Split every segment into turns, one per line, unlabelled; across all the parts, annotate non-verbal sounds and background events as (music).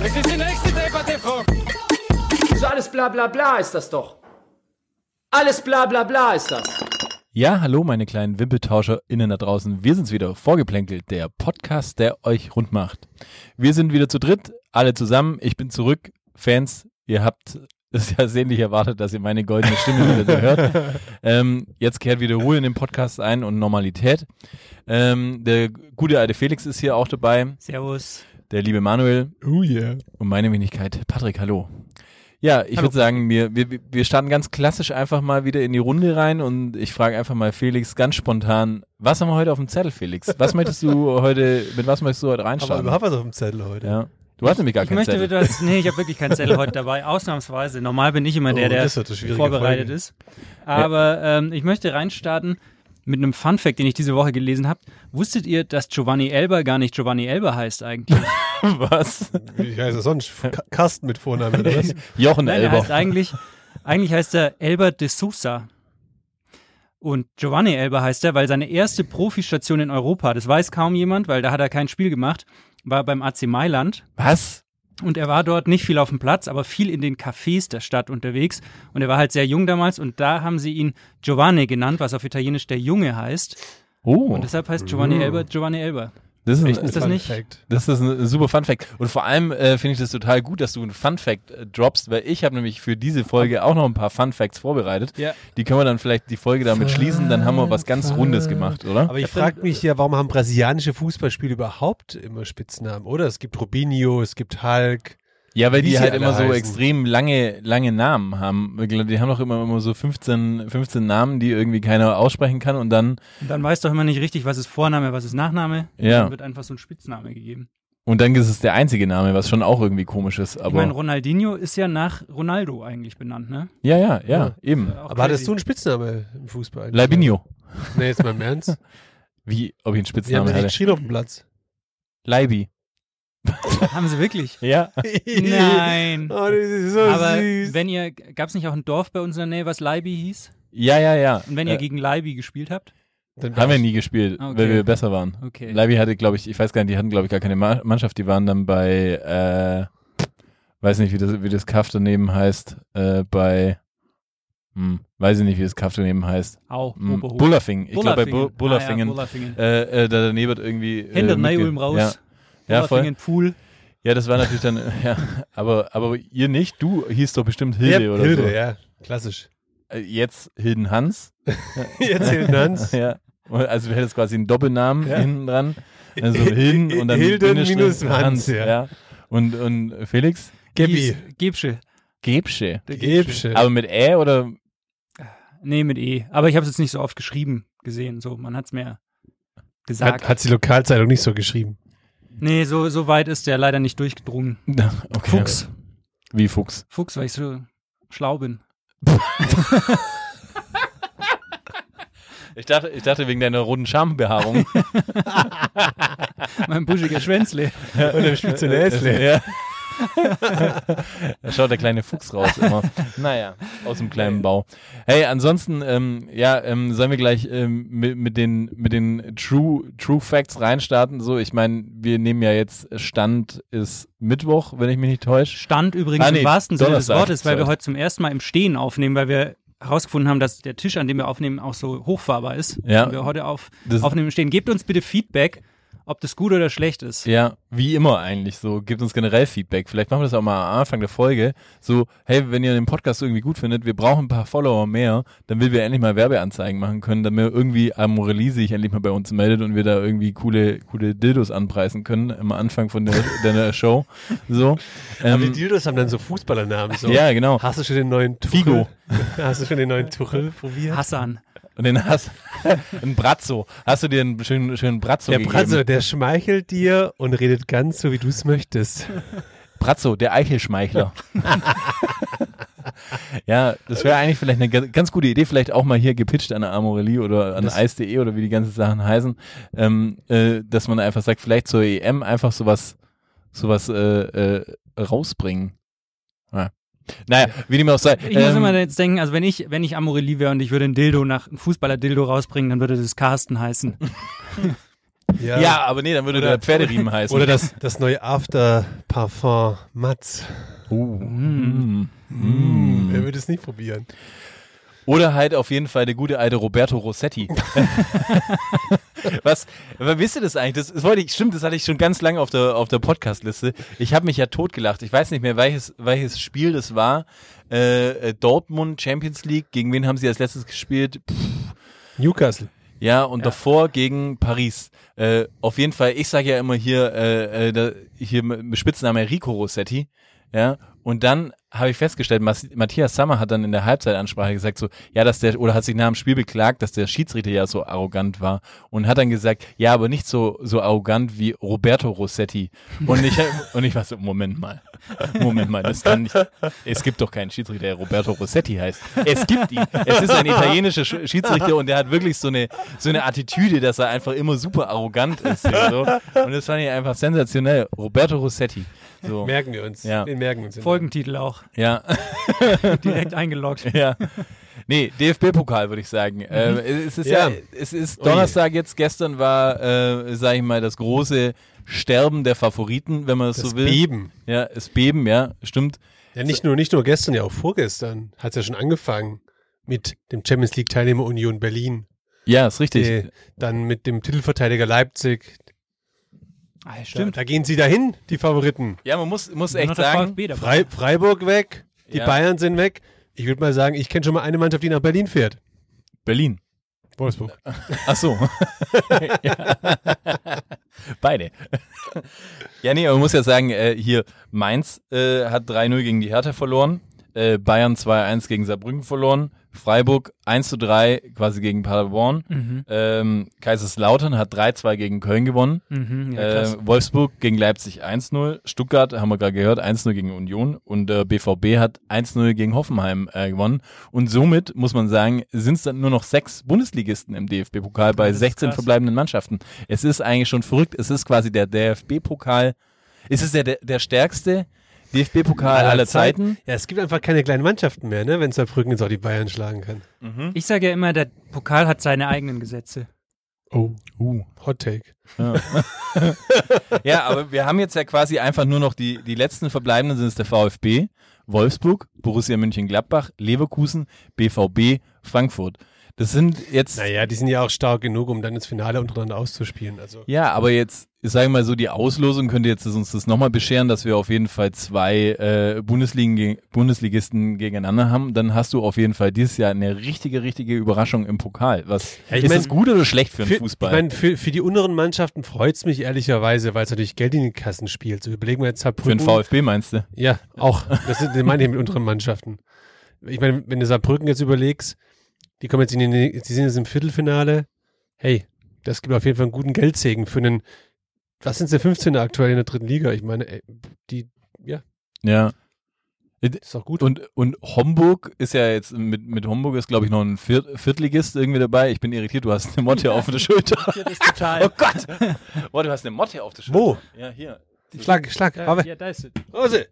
es ist die nächste Debatte, Frau.
so alles bla bla bla ist das doch. Alles bla bla bla ist das.
Ja, hallo meine kleinen WimpeltauscherInnen da draußen. Wir sind's wieder, Vorgeplänkelt, der Podcast, der euch rund macht. Wir sind wieder zu dritt, alle zusammen. Ich bin zurück. Fans, ihr habt es ja sehnlich erwartet, dass ihr meine goldene Stimme wieder so hört. Ähm, jetzt kehrt wieder Ruhe in den Podcast ein und Normalität. Ähm, der gute alte Felix ist hier auch dabei. Servus. Der liebe Manuel. Oh yeah. Und meine Wenigkeit, Patrick, hallo. Ja, ich würde sagen, wir, wir, wir starten ganz klassisch einfach mal wieder in die Runde rein und ich frage einfach mal Felix ganz spontan, was haben wir heute auf dem Zettel, Felix? Was möchtest
(laughs)
du heute, mit was möchtest du heute
Haben wir
reinstarten?
überhaupt was auf dem Zettel heute?
ja. Du hast nämlich gar
Ich
keinen
möchte
Zettel.
bitte was. Nee, ich habe wirklich keinen
(laughs)
Zettel heute dabei. Ausnahmsweise. Normal bin ich immer der,
Oh,
der
das wird eine schwierige
vorbereitet
Folge.
ist. Aber ähm, ich möchte reinstarten mit einem Funfact, den ich diese Woche gelesen habe. Wusstet ihr, dass Giovanni Elber gar nicht Giovanni Elber heißt eigentlich?
(laughs) Was?
Wie heißt er sonst? Ka- Carsten mit Vornamen oder was?
Jochen
Nein, er heißt
Elber.
eigentlich, eigentlich heißt er Elber de Sousa. Und Giovanni Elber heißt er, weil seine erste Profistation in Europa, das weiß kaum jemand, weil da hat er kein Spiel gemacht, war beim AC Mailand.
Was?
Und er war dort nicht viel auf dem Platz, aber viel in den Cafés der Stadt unterwegs. Und er war halt sehr jung damals und da haben sie ihn Giovanni genannt, was auf Italienisch der Junge heißt.
Oh,
Und deshalb heißt Giovanni
Ah.
Elber Giovanni Elber.
das ist, ein,
Ist das
Fun
nicht?
Fact.
Das ist ein super Fun Fact. Und vor allem äh, finde ich das total gut, dass du einen Fun Fact äh, droppst, weil ich habe nämlich für diese Folge auch noch ein paar Fun Facts vorbereitet.
Ja.
Die können wir dann vielleicht die Folge damit schließen, dann haben wir was ganz Rundes gemacht, oder?
Aber ich frage mich ja, warum haben brasilianische Fußballspiele überhaupt immer Spitznamen, oder? Es gibt Robinho, es gibt Hulk.
Ja, weil
Wie
die
sie
halt
alle
immer so
heißen.
extrem lange, lange Namen haben. Ich glaub, Die haben doch immer, immer so 15, 15 Namen, die irgendwie keiner aussprechen kann und dann,
Und dann weiß doch immer nicht richtig, was ist Vorname, was ist Nachname.
Ja.
Dann wird einfach so ein Spitzname gegeben.
und dann ist es der einzige Name, was schon auch irgendwie komisch ist.
Ich
Aber
meine, Ronaldinho ist ja nach Ronaldo eigentlich benannt, ne?
ja, ja, ja, eben.
Auch
Aber hattest
crazy.
du einen Spitznamen im Fußball?
Leibinho.
Nee, jetzt mal im Ernst.
(laughs)
Wie, ob ich einen
Die haben
Spitznamen
dich
hatte?
geschrien auf dem Platz.
Leibi.
Haben
(laughs)
sie wirklich?
Ja.
(laughs) Nein.
(laughs) Oh, das ist so
Aber
süß.
wenn ihr, gab es nicht auch ein Dorf bei uns in der Nähe, was Leibi hieß?
Ja, ja, Äh, ja.
Und wenn ihr gegen Leibi gespielt habt?
Dann
Haben wir nie gespielt,
Ah, okay.
weil wir besser waren.
Okay.
Leiby hatte, glaube ich, ich weiß gar nicht, die hatten, glaube ich, gar keine Ma- Mannschaft. Die waren dann bei, äh, weiß nicht, wie das, wie das Kaff daneben heißt, äh, bei, hm, weiß ich nicht, wie das Kaff daneben heißt.
Au,
Hm,
Oberhof.
Bullerfing. Ich glaube, bei Bu Bullerfingen.
Ah, ja, Bullerfingen.
äh, äh, da daneben hat irgendwie. Äh,
Händel
mitge-
Ulm raus.
Ja, ja voll.
Bullerfingen, Pool.
Ja, das war natürlich dann, (laughs) ja, aber, aber ihr nicht, du hieß doch bestimmt Hilde
ja,
oder
Hilde,
so.
ja.
(laughs)
Klassisch.
Äh, Jetzt Hilden Hans.
Jetzt Hilden Hans.
Ja. Also du hättest quasi einen Doppelnamen
Ja.
hinten dran. Also Hilden
(laughs)
und dann
Hilden
Bindestrich
minus Hans, ja.
Und, und Felix?
Gabi.
Gies- Gebsche.
Gebsche.
Der
Gebsche.
Aber mit Ä
(laughs)
oder?
Nee, mit E. Aber ich habe es jetzt nicht so oft geschrieben gesehen. So, man hat es mir gesagt.
Hat, hat die Lokalzeitung nicht so geschrieben.
nee, so, so weit ist der leider nicht durchgedrungen.
Okay.
Fuchs.
Wie Fuchs.
Fuchs, weil ich so schlau bin. (laughs)
Ich dachte, ich dachte wegen deiner roten (laughs) Schambehaarung.
mein buschiger Schwänzle.
Und dann spielt sie Nestle.
ja. da schaut der kleine Fuchs raus immer. Naja, aus dem kleinen Bau. Hey, ansonsten, ähm, ja, ähm, sollen wir gleich ähm, mit, mit den, mit den True, True Facts reinstarten? So, ich meine, wir nehmen ja jetzt Stand ist Mittwoch, wenn ich mich nicht täusche.
Stand übrigens
Ah, nee,
im wahrsten Sinne des
Donnerstag.
Wortes, weil wir
Sorry.
heute zum ersten Mal im Stehen aufnehmen, weil wir herausgefunden haben, dass der Tisch, an dem wir aufnehmen, auch so hochfahrbar ist.
Ja.
Den Wir heute auf,
Das-
aufnehmen im Stehen. Gebt uns bitte Feedback, ob das gut oder schlecht ist.
Ja, wie immer eigentlich so. Gebt uns generell Feedback. Vielleicht machen wir das auch mal am Anfang der Folge. So, hey, wenn ihr den Podcast irgendwie gut findet, wir brauchen ein paar Follower mehr, dann will wir endlich mal Werbeanzeigen machen können, damit irgendwie am Release sich endlich mal bei uns meldet und wir da irgendwie coole, coole Dildos anpreisen können am Anfang von der,
(laughs)
der Show. So.
Aber die
Ähm,
Dildos haben dann so Fußballernamen. So.
ja, genau.
Hast du schon den neuen Tuchel?
Figo.
Hast du schon den neuen Tuchel probiert?
Hassan.
Und den hast (laughs) ein Brazzo. Hast du dir einen schönen, schönen Brazzo
Also, der
gegeben?
Bratzo, der schmeichelt dir und redet ganz so, wie du es möchtest.
Brazzo, der Eichelschmeichler. (laughs) ja, das wäre eigentlich vielleicht eine ga- ganz gute Idee, vielleicht auch mal hier gepitcht an der Amorelie oder an Eis.de oder wie die ganzen Sachen heißen, ähm, äh, dass man einfach sagt, vielleicht zur EM einfach sowas, sowas äh, äh, rausbringen. Ja. Naja, wie dem auch sei.
Ich muss
Ähm,
immer jetzt denken, also wenn ich, wenn ich Amorelie wäre und ich würde ein Dildo nach, ein Fußballer-Dildo rausbringen, dann würde das Carsten
(laughs)
heißen.
ja, aber nee, dann würde der Pferderiemen heißen.
Oder das, das neue After Parfum Matz.
Uh. Mm.
Wer würde es nicht probieren?
Oder halt auf jeden Fall der gute alte Roberto Rossetti. Was, aber wisst ihr das eigentlich? Das, das wollte ich, stimmt, das hatte ich schon ganz lange auf der, auf der Podcast-Liste. Ich habe mich ja totgelacht. Ich weiß nicht mehr, welches, welches Spiel das war. Äh, äh, Dortmund Champions League, gegen wen haben sie als letztes gespielt? Pff,
Newcastle.
ja, und davor gegen Paris. Äh, auf jeden Fall, ich sage ja immer hier, äh, äh, da, hier mit Spitzname Rico Rossetti. Ja, und dann habe ich festgestellt, Mas Matthias Sammer hat dann in der Halbzeitansprache gesagt so, ja, dass der, oder hat sich nach dem Spiel beklagt, dass der Schiedsrichter ja so arrogant war und hat dann gesagt, ja, aber nicht so, so arrogant wie Roberto Rossetti. Und ich, und ich war so, Moment mal, Moment mal, das kann nicht, es gibt doch keinen Schiedsrichter, der Roberto Rossetti heißt. Es gibt ihn. Es ist ein italienischer Sch- Schiedsrichter und der hat wirklich so eine, so eine Attitüde, dass er einfach immer super arrogant ist. Und, so. und das fand ich einfach sensationell. Roberto Rossetti. So.
Merken wir uns.
Ja.
Den merken wir uns.
Folgentitel auch.
Ja, (laughs)
Direkt eingeloggt.
ja. Nee, DFB-Pokal würde ich sagen. Ähm, es ist ja,
Mhm. Ja. Oh
es ist Donnerstag jetzt. Gestern war, äh, sage ich mal, das große Sterben der Favoriten, wenn man es
das
so will.
Beben.
Ja, es Beben, ja, stimmt.
Ja, nicht nur, nicht nur gestern, ja auch vorgestern hat es ja schon angefangen mit dem Champions League Teilnehmer Union Berlin.
Ja, ist richtig.
Die, dann mit dem Titelverteidiger Leipzig.
Ah,
Da,
stimmt.
da gehen sie dahin, die Favoriten.
Ja, man muss, muss
Nur
echt
noch der
sagen,
VfB dabei.
Frei, Freiburg weg, die
Ja.
Bayern sind weg. Ich würde mal sagen, ich kenne schon mal eine Mannschaft, die nach Berlin fährt.
Berlin.
Wolfsburg.
Ach so.
(laughs)
(laughs) Ja. Beide. Ja, nee, aber man muss ja sagen, äh, hier Mainz äh, hat 3-0 gegen die Hertha verloren, äh, Bayern 2-1 gegen Saarbrücken verloren, Freiburg 1-3 quasi gegen Paderborn,
Mhm.
ähm, Kaiserslautern hat 3-2 gegen Köln gewonnen,
Mhm, ja, krass.
äh, Wolfsburg gegen Leipzig 1-0, Stuttgart, haben wir gerade gehört, 1-0 gegen Union und äh, BVB hat 1-0 gegen Hoffenheim äh, gewonnen. Und somit, muss man sagen, sind es dann nur noch sechs Bundesligisten im DFB-Pokal bei
das ist
16
krass.
verbleibenden Mannschaften. Es ist eigentlich schon verrückt. Es ist quasi der DFB-Pokal, es ist der, der, der stärkste DFB-Pokal aller Zeiten.
Ja, es gibt einfach keine kleinen Mannschaften mehr, ne, wenn Saarbrücken jetzt auch die Bayern schlagen kann.
Ich sage ja immer, der Pokal hat seine eigenen Gesetze.
Oh.
uh.
Hot Take.
Ja, aber wir haben jetzt ja quasi einfach nur noch die, die letzten verbleibenden sind es der VfB, Wolfsburg, Borussia Mönchengladbach, Leverkusen, BVB, Frankfurt. Das sind jetzt,
Naja, die sind ja auch stark genug, um dann das Finale untereinander auszuspielen. Also
ja, aber jetzt, ich sage mal so, die Auslosung könnte jetzt uns das nochmal bescheren, dass wir auf jeden Fall zwei äh, Bundesligen, ge- Bundesligisten gegeneinander haben. Dann hast du auf jeden Fall dieses Jahr eine richtige, richtige Überraschung im Pokal. Was,
Ja, ich
ist
mein-
das gut oder schlecht für den
Für,
Fußball?
Ich meine, für, für die unteren Mannschaften freut's mich ehrlicherweise, weil es natürlich Geld in den Kassen spielt. So überlegen wir jetzt
für
Saarbrücken.
den VfB meinst du?
Ja, auch. Das sind, das meine ich mit unteren Mannschaften. Ich meine, wenn du Saarbrücken jetzt überlegst, die kommen jetzt in den, die sind jetzt im Viertelfinale. Hey, das gibt auf jeden Fall einen guten Geldsegen für einen, was sind sie 15 aktuell in der dritten Liga? Ich meine, ey, die
Ja.
ist doch gut.
Und, und Homburg ist ja jetzt, mit, mit Homburg ist, glaube ich, noch ein Viert, Viertligist irgendwie dabei. Ich bin irritiert, du hast eine Motte auf
(laughs)
der Schulter. Oh Gott! Boah, du hast eine Motte auf der Schulter.
Wo?
Ja, hier.
Schlag, Schlag, Habe.
ja, da ist es.
Rose!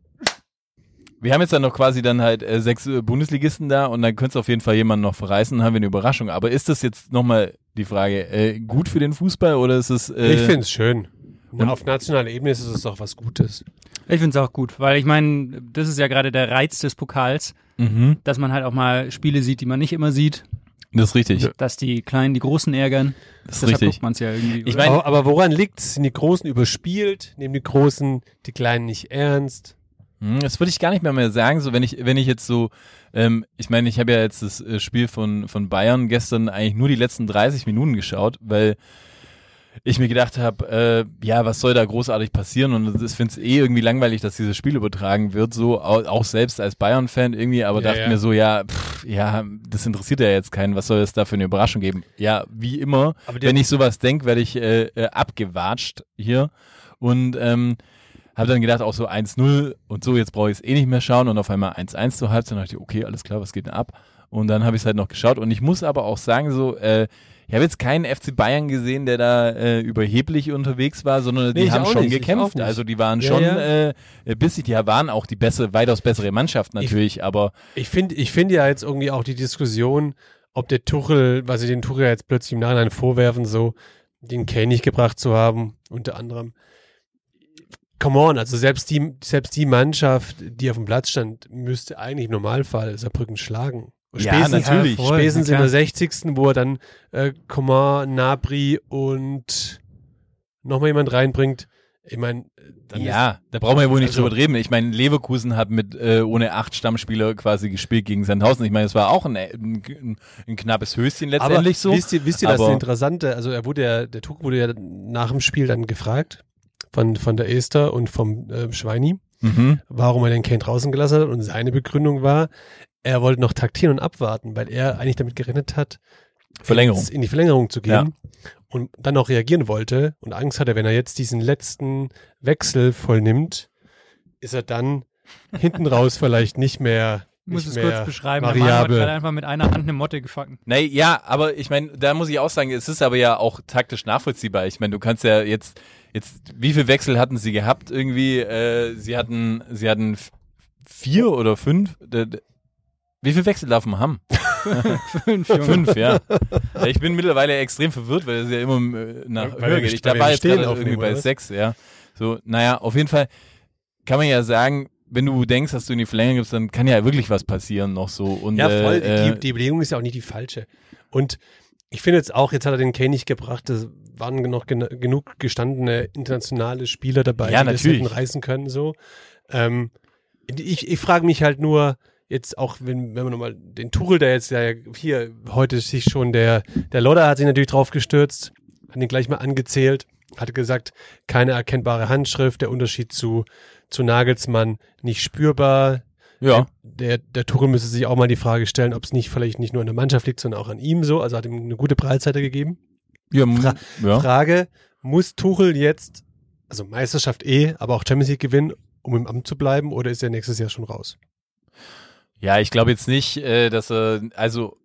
Wir haben jetzt dann noch quasi dann halt äh, sechs äh, Bundesligisten da und dann könnte es auf jeden Fall jemanden noch verreißen, dann haben wir eine Überraschung. Aber ist das jetzt nochmal die Frage, äh, gut für den Fußball oder ist es. Äh,
Ich finde es schön. Na, auf nationaler Ebene ist es doch was Gutes.
Ich finde es auch gut, weil ich meine, das ist ja gerade der Reiz des Pokals,
Mhm,
dass man halt auch mal Spiele sieht, die man nicht immer sieht,
das ist richtig.
dass die Kleinen die Großen ärgern.
Das ist
Deshalb
richtig.
guckt man es ja irgendwie.
Ich
oder?
mein-
aber, aber woran liegt's? Sind die Großen überspielt? Nehmen die Großen die Kleinen nicht ernst?
Hm, Das würde ich gar nicht mehr, mehr sagen, so wenn ich, wenn ich jetzt so, ähm, ich meine, ich habe ja jetzt das äh, Spiel von, von Bayern gestern eigentlich nur die letzten 30 Minuten geschaut, weil ich mir gedacht habe, äh, ja, was soll da großartig passieren? Und ich finde es eh irgendwie langweilig, dass dieses Spiel übertragen wird, so au- auch selbst als Bayern-Fan irgendwie, aber
Ja,
dachte
ja.
mir so, ja, pff, ja, das interessiert ja jetzt keinen, was soll es da für eine Überraschung geben? Ja, wie immer,
Aber der-
wenn ich sowas denke, werde ich äh, äh, abgewatscht hier. Und ähm, Habe dann gedacht, auch so 1-0 und so, jetzt brauche ich es eh nicht mehr schauen und auf einmal 1-1 zur Halbzeit. Dann dachte ich, okay, alles klar, was geht denn ab? Und dann habe ich es halt noch geschaut und ich muss aber auch sagen, so, äh, ich habe jetzt keinen FC Bayern gesehen, der da äh, überheblich unterwegs war, sondern die
Nee, ich
haben
auch
schon
nicht, ich auch
gekämpft.
nicht.
Also die waren
Ja,
schon
ja.
Äh, bissig, die waren auch die bessere, weitaus bessere Mannschaft natürlich, aber
Ich finde ich find ja jetzt irgendwie auch die Diskussion, ob der Tuchel, was sie den Tuchel jetzt plötzlich im Nachhinein vorwerfen, so den Kane nicht gebracht zu haben, unter anderem. Come on, also selbst die, selbst die Mannschaft, die auf dem Platz stand, müsste eigentlich im Normalfall Saarbrücken schlagen.
Ja, natürlich.
Voll,
spätestens
na
in
klar.
der 60. wo er dann äh, Coman, Nabri und nochmal jemand reinbringt. Ich meine, dann ist,
ja, da brauchen wir ja wohl nicht
also-
drüber reden. Ich meine, Leverkusen hat mit äh, ohne acht Stammspieler quasi gespielt gegen Sandhausen. Ich meine, es war auch ein, ein, ein knappes Höschen
aber
letztendlich so.
wisst ihr, wisst ihr das
Aber-
Interessante? Also er wurde ja, der Tuch wurde ja nach dem Spiel dann gefragt von, von der Esther und vom äh, Schweini,
Mhm.
warum er den Kane draußen gelassen hat. Und seine Begründung war, er wollte noch taktieren und abwarten, weil er eigentlich damit gerechnet hat,
Verlängerung.
jetzt in die Verlängerung zu gehen und dann noch reagieren wollte und Angst hatte, wenn er jetzt diesen letzten Wechsel vollnimmt, ist er dann hinten raus (laughs) vielleicht nicht mehr.
Ich muss
nicht
es
mehr
kurz beschreiben. Der Mann hat
Variabel.
gerade einfach mit einer Hand eine Motte gefangen.
Nee, ja, aber ich meine, da muss ich auch sagen, es ist aber ja auch taktisch nachvollziehbar. Ich meine, du kannst ja jetzt, jetzt, wie viel Wechsel hatten sie gehabt irgendwie? Äh, sie hatten, sie hatten f- vier oder fünf. D- d- Wie viel Wechsel darf man haben?
Fünf, Junge.
Fünf, ja. Ja, Ich bin mittlerweile extrem verwirrt, weil es ja immer äh, nach
Weil wir
höher
im
geht. Ich
St- weil
da
wir
war
im
jetzt
Stehen
gerade
aufnehmen,
irgendwie bei
oder was?
sechs, ja. So, naja, auf jeden Fall kann man ja sagen, wenn du denkst, dass du in die Verlängerung gibst, dann kann ja wirklich was passieren noch so. Und,
Ja, voll.
Äh,
die, die Überlegung ist ja auch nicht die falsche. Und ich finde jetzt auch, jetzt hat er den Kane nicht gebracht, es waren noch gena- genug gestandene internationale Spieler dabei,
Ja,
die
natürlich.
das hätten reißen können. So. Ähm, ich ich frage mich halt nur, jetzt auch, wenn, wenn man nochmal den Tuchel, der jetzt ja hier heute sich schon, der, der Lodder hat sich natürlich drauf gestürzt, hat ihn gleich mal angezählt, hat gesagt, keine erkennbare Handschrift, der Unterschied zu, zu Nagelsmann nicht spürbar,
ja.
der, der Tuchel müsste sich auch mal die Frage stellen, ob es nicht vielleicht nicht nur an der Mannschaft liegt, sondern auch an ihm so. Also hat ihm eine gute Breitseite gegeben.
Ja, m-
Fra-
ja.
Frage, muss Tuchel jetzt, also Meisterschaft eh, aber auch Champions League gewinnen, um im Amt zu bleiben oder ist er nächstes Jahr schon raus?
Ja, ich glaube jetzt nicht, äh, dass er, also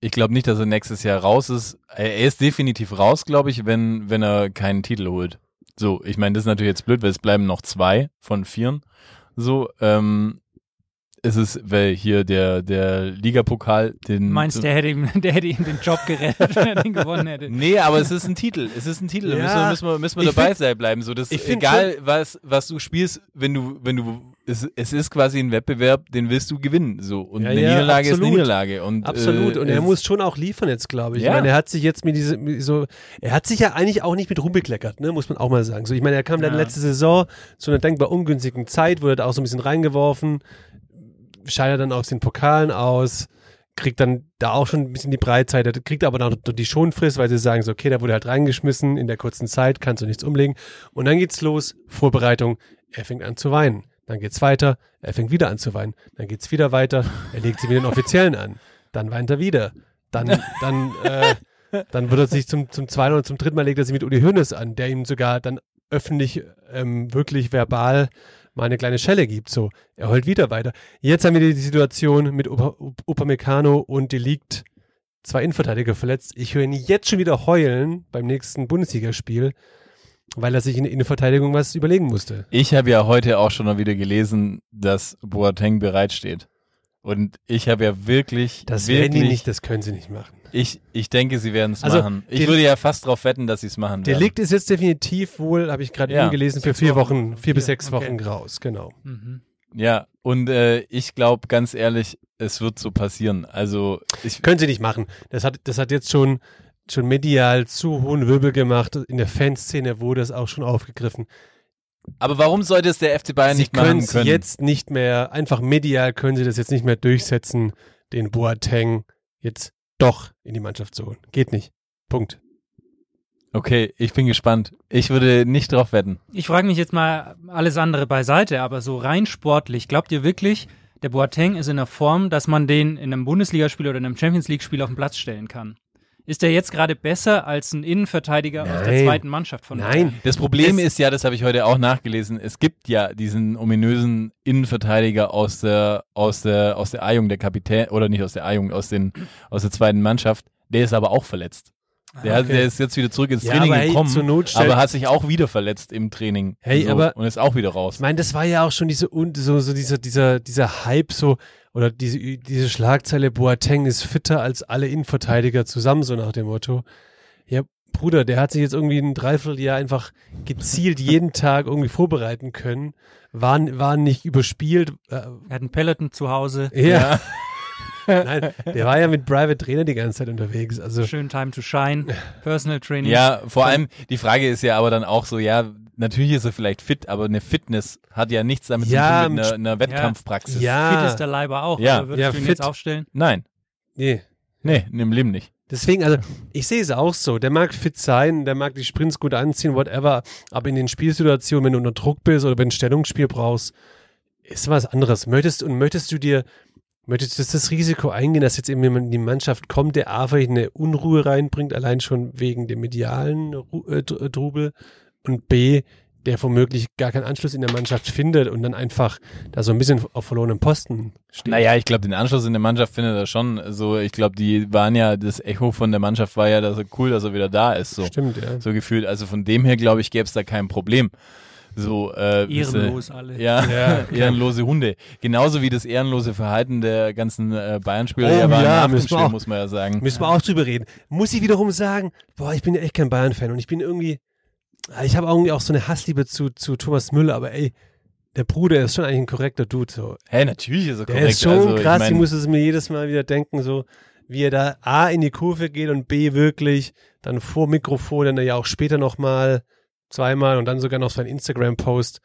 ich glaube nicht, dass er nächstes Jahr raus ist. Er er ist definitiv raus, glaube ich, wenn, wenn er keinen Titel holt. So, ich meine, das ist natürlich jetzt blöd, weil es bleiben noch zwei von vieren. So, ähm, es ist, weil hier der, der Ligapokal, den.
Meinst du, der hätte ihm, (laughs) der hätte ihm den Job gerettet, wenn er den gewonnen hätte?
Nee, aber es ist ein Titel. Es ist ein Titel. Da
Ja.
müssen wir, müssen wir, müssen wir
Ich
dabei
find-
sein bleiben. So, das
ich
ist
find
egal, was, was du spielst, wenn du, wenn du, es, es ist quasi ein Wettbewerb, den willst du gewinnen. So. Und
Ja,
eine
ja,
Niederlage ist eine
absolut.
Niederlage. Und,
Absolut.
äh,
Und er
es-
muss schon auch liefern jetzt, glaube ich.
Ja.
Ich meine, er hat sich jetzt mit diese, mit so, er hat sich ja eigentlich auch nicht mit rumbekleckert, ne, muss man auch mal sagen. So, ich meine, er kam dann
Ja.
letzte Saison zu einer denkbar ungünstigen Zeit, wurde da auch so ein bisschen reingeworfen, scheidet dann aus den Pokalen aus, kriegt dann da auch schon ein bisschen die Breitzeit, kriegt aber dann auch die Schonfrist, weil sie sagen so, okay, da wurde halt reingeschmissen, in der kurzen Zeit kannst du nichts umlegen. Und dann geht's los, Vorbereitung, er fängt an zu weinen. Dann geht's weiter, er fängt wieder an zu weinen. Dann geht's wieder weiter, er legt sie wieder den Offiziellen an. Dann weint er wieder. Dann, dann, äh, dann wird er sich zum, zum zweiten oder zum dritten Mal legt er sich mit Uli Hoeneß an, der ihm sogar dann öffentlich, ähm, wirklich verbal mal eine kleine Schelle gibt. So, er heult wieder weiter. Jetzt haben wir die Situation mit Upa- Up- Upamecano und Delikt, zwei Innenverteidiger verletzt. Ich höre ihn jetzt schon wieder heulen beim nächsten Bundesligaspiel, weil er sich in der Innenverteidigung was überlegen musste.
Ich habe ja heute auch schon mal wieder gelesen, dass Boateng bereitsteht. Und ich habe ja wirklich,
Das werden die
wirklich,
nicht, das können sie nicht machen.
ich, ich denke, sie werden es
Also,
machen. Ich
den-
würde ja fast drauf wetten, dass sie es machen werden.
Delikt ist jetzt definitiv wohl, habe ich gerade
Ja.
eben gelesen, für vier Wochen, vier bis
Vier,
sechs
okay.
Wochen raus, genau.
Mhm.
Ja, und äh, ich glaube, ganz ehrlich, es wird so passieren. Also, ich,
Können sie nicht machen. Das hat, das hat jetzt schon, schon medial zu hohen Wirbel gemacht. In der Fanszene wurde es auch schon aufgegriffen.
aber warum sollte es der FC Bayern
sie
nicht machen
können's
können?
jetzt nicht mehr, einfach medial können sie das jetzt nicht mehr durchsetzen, den Boateng jetzt doch in die Mannschaft zu holen. Geht nicht. Punkt.
Okay, ich bin gespannt. Ich würde nicht drauf wetten.
Ich frage mich jetzt mal alles andere beiseite, aber so rein sportlich, glaubt ihr wirklich, der Boateng ist in der Form, dass man den in einem Bundesligaspiel oder in einem Champions League-Spiel auf den Platz stellen kann? Ist der jetzt gerade besser als ein Innenverteidiger aus der
Nein.
zweiten Mannschaft von
Nein,
Das Problem
Es-
ist ja, das habe ich heute auch nachgelesen, es gibt ja diesen ominösen Innenverteidiger aus der, aus der, aus der A-Jugend, der Kapitän, oder nicht aus der A-Jugend, aus, den, aus der zweiten Mannschaft, der ist aber auch verletzt. Der, hat, der ist jetzt wieder zurück ins
Ah, Ja,
Training
aber hey,
gekommen,
zur Not stell-
aber hat sich auch wieder verletzt im Training
Hey,
so,
aber-
und ist auch wieder raus.
Ich meine, das war ja auch schon diese Un- so, so dieser, dieser, dieser Hype, so, oder diese, diese Schlagzeile, Boateng ist fitter als alle Innenverteidiger zusammen, so nach dem Motto. Ja, Bruder, der hat sich jetzt irgendwie ein Dreivierteljahr einfach gezielt jeden Tag irgendwie vorbereiten können, war, war nicht überspielt. Äh,
Er hat einen Peloton zu Hause.
ja. (laughs) Nein, der war ja mit Private Trainer die ganze Zeit unterwegs. Also,
Schön Time to Shine. Personal Training.
Ja, vor allem, die Frage ist ja aber dann auch so, ja, natürlich ist er vielleicht fit, aber eine Fitness hat ja nichts damit
Ja,
zu tun mit
mit
einer, einer Wettkampfpraxis.
ja.
Fit ist der Leiber auch.
Ja.
aber Würdest
Ja,
du ihn
fit.
jetzt aufstellen?
Nein,
nee.
nee, im Leben nicht.
Deswegen, also ich sehe es auch so. Der mag fit sein, der mag die Sprints gut anziehen, whatever. Aber in den Spielsituationen, wenn du unter Druck bist oder wenn du ein Stellungsspiel brauchst, ist was anderes. Möchtest und möchtest du dir, möchtest du das Risiko eingehen, dass jetzt eben jemand in die Mannschaft kommt, der A, vielleicht eine Unruhe reinbringt, allein schon wegen dem medialen Ru- äh, Dr- äh, Trubel und B, der womöglich gar keinen Anschluss in der Mannschaft findet und dann einfach da so ein bisschen auf verlorenem Posten steht.
Naja, ich glaube, den Anschluss in der Mannschaft findet er schon so. Ich glaube, die waren ja, das Echo von der Mannschaft war ja dass er cool, dass er wieder da ist, so,
Stimmt, ja.
so gefühlt. Also von dem her, glaube ich, gäbe es da kein Problem. So, äh, wisse-
Ehrenlos alle.
Ja, (laughs) ehrenlose Hunde. Genauso wie das ehrenlose Verhalten der ganzen äh, Bayern-Spieler,
Oh
ja, waren
ja,
nach dem
müssen wir
Spiel,
auch-
muss man ja sagen.
Müssen wir auch drüber reden. Muss ich wiederum sagen, boah, ich bin ja echt kein Bayern-Fan und ich bin irgendwie, ah, ich habe irgendwie auch so eine Hassliebe zu, zu Thomas Müller, aber ey, der Bruder ist schon eigentlich ein korrekter Dude. So.
Hä, hey, natürlich ist er
Der
korrekt.
ist schon
also,
krass,
ich
ich,
mein,
muss es mir jedes Mal wieder denken, so wie er da A in die Kurve geht und B wirklich dann vor Mikrofon, dann ja auch später nochmal zweimal und dann sogar noch sein Instagram-Post,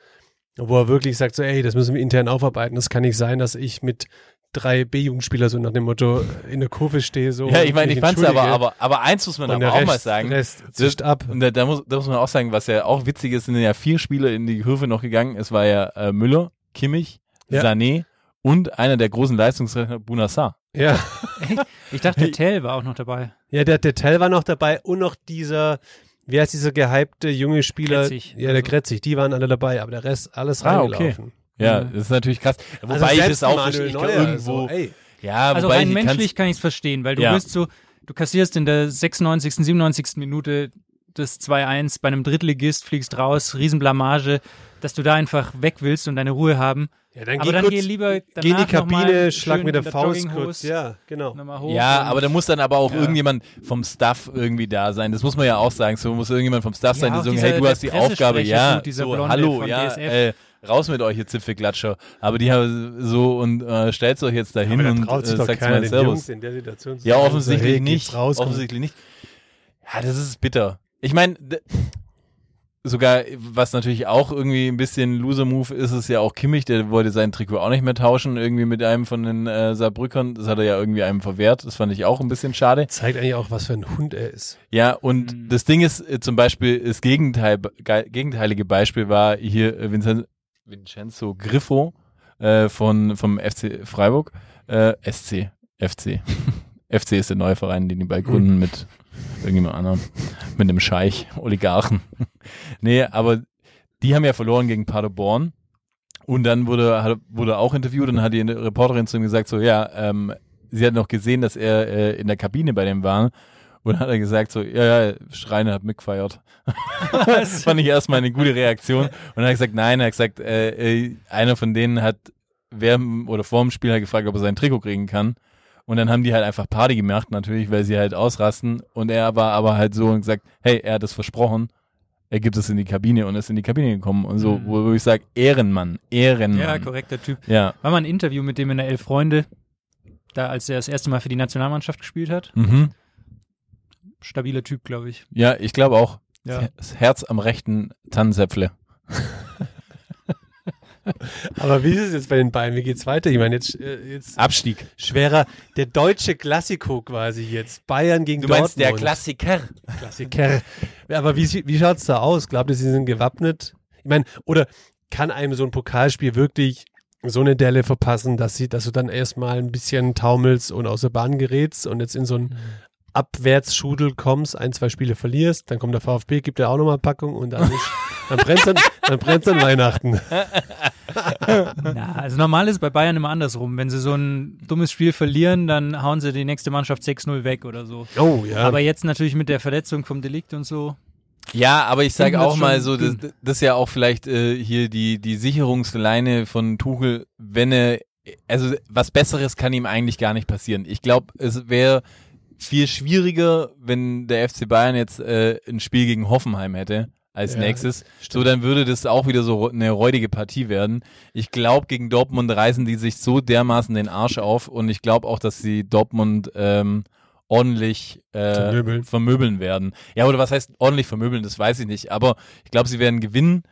wo er wirklich sagt, so ey, das müssen wir intern aufarbeiten, das kann nicht sein, dass ich mit drei B-Jugendspielern so nach dem Motto in der Kurve stehe. So
ja,
und
ich meine,
mich
ich fand's aber,
Oh, entschuldige.
aber, aber eins muss man
Und
aber
der
auch
Rest-
mal sagen.
Rest zischt ab.
Und da, da, muss, da muss man auch sagen, was ja auch witzig ist, sind ja vier Spieler in die Kurve noch gegangen. Es war ja äh, Müller, Kimmich,
Ja.
Sané und einer der großen Leistungsrechner, Bunassar.
Ja.
(laughs)
Ich dachte, Tell war auch noch dabei.
ja, der, der Tell war noch dabei und noch dieser, wie heißt dieser gehypte junge Spieler?
Kretzig.
Ja, der Kretzig, die waren alle dabei, aber der Rest alles
Ah,
reingelaufen.
Ja,
Mhm.
das ist natürlich krass. Wobei
Also
ich
selbst
es auch
Manuel
verstehe. Ich glaub,
Neuer,
irgendwo.
so, ey.
ja,
Also
wobei
rein
ich kann's-
menschlich kann ich es verstehen, weil du
Ja.
bist so, du kassierst in der 96., 97. Minute das 2-1 bei einem Drittligist, fliegst raus, Riesenblamage, dass du da einfach weg willst und deine Ruhe haben.
Ja, dann
Aber
geh
dann
kurz,
geh lieber
geh in die
danach noch
Kabine,
mal
schlag
schön
mit der,
in der
Faust
Jogginghose.
kurz. Ja, genau.
Nochmal hoch
Ja,
und-
aber da muss dann aber auch irgendjemand vom Staff irgendwie da sein. Das muss man ja auch sagen. So muss irgendjemand vom Staff sein, der
Ja, auch
sagt,
dieser-
hey, du
der
hast die Aufgabe,
Pressesprecher,
ja,
du, dieser
so,
Blonde
hallo,
von
ja,
DSF.
äh, raus mit euch, ihr Zipfelklatscher. Aber die haben so und äh, stellt euch jetzt dahin und
traut
äh,
sich doch
sagt
keiner
mal
den
Servus.
Jungs in der Situation zu
Ja,
sagen, so,
offensichtlich
hey, geht's
nicht.
Raus, komm.
offensichtlich nicht. Ja, das ist bitter. Ich meine, d- sogar, was natürlich auch irgendwie ein bisschen Loser-Move ist, ist ja auch Kimmich, der wollte sein Trikot auch nicht mehr tauschen, irgendwie mit einem von den äh, Saarbrückern. Das hat er ja irgendwie einem verwehrt. Das fand ich auch ein bisschen schade.
Zeigt eigentlich auch, was für ein Hund er ist.
Ja, und das Ding ist äh, zum Beispiel, das Gegenteil, ge, gegenteilige Beispiel war hier äh, Vincent, Vincenzo Griffo äh, von, vom FC Freiburg, äh, SC, FC. (laughs) FC ist der neue Verein, den die bei gründen mit irgendjemand anderem, mit einem Scheich, Oligarchen. (laughs) nee, aber die haben ja verloren gegen Paderborn. Und dann wurde, hat- wurde auch interviewt und hat die Reporterin zu ihm gesagt, so ja, ähm, sie hat noch gesehen, dass er äh, in der Kabine bei dem war und hat er gesagt so, ja, ja, Schreiner hat mitgefeiert. das (laughs) fand ich erstmal eine gute Reaktion. Und dann hat er gesagt, nein, er hat gesagt, äh, äh, einer von denen hat während oder vor dem Spiel halt gefragt, ob er sein Trikot kriegen kann. Und dann haben die halt einfach Party gemacht, natürlich, weil sie halt ausrasten. Und er war aber halt so und gesagt, hey, er hat es versprochen. Er gibt es in die Kabine und ist in die Kabine gekommen und so, wo, wo ich sage, Ehrenmann, Ehrenmann.
Ja, korrekter Typ.
Ja.
War mal ein Interview mit dem in der Elf Freunde, da als er das erste Mal für die Nationalmannschaft gespielt hat.
Mhm.
Stabiler Typ, glaube ich.
Ja, ich glaube auch.
Ja.
Das Herz am rechten Tannensäpfle.
Aber wie ist es jetzt bei den beiden? Wie geht's weiter? Ich meine, jetzt, äh, jetzt
Abstieg.
schwerer, der deutsche Klassiko quasi jetzt. Bayern gegen
Du
Dortmund.
meinst der Klassiker?
Klassiker. Aber wie, wie schaut's da aus? Glaubt ihr, sie sind gewappnet? Ich meine, oder kann einem so ein Pokalspiel wirklich so eine Delle
Mhm.
verpassen, dass, sie, dass du dann erstmal ein bisschen taumelst und aus der Bahn gerätst und jetzt in so ein Abwärtsschudel kommst, ein, zwei Spiele verlierst, dann kommt der VfB, gibt dir auch nochmal eine Packung und dann, ist, dann brennt dann, dann, brennt's an Weihnachten.
(laughs)
Na, also normal ist bei Bayern immer andersrum. Wenn sie so ein dummes Spiel verlieren, dann hauen sie die nächste Mannschaft 6-0 weg oder so.
Oh ja.
Aber jetzt natürlich mit der Verletzung vom Delikt und so.
Ja, aber ich sage
Finden
auch
das
mal
schon
so, das, das ist ja auch vielleicht äh, hier die, die Sicherungsleine von Tuchel, wenn er, also was Besseres kann ihm eigentlich gar nicht passieren. Ich glaube, es wäre viel schwieriger, wenn der FC Bayern jetzt äh, ein Spiel gegen Hoffenheim hätte als
Ja,
nächstes. So, dann würde das auch wieder so ro- eine räudige Partie werden. Ich glaube, gegen Dortmund reißen die sich so dermaßen den Arsch auf und ich glaube auch, dass sie Dortmund ähm, ordentlich äh,
Zermöbeln.
vermöbeln werden. Ja, oder was heißt ordentlich vermöbeln, das weiß ich nicht. Aber ich glaube, sie werden gewinnen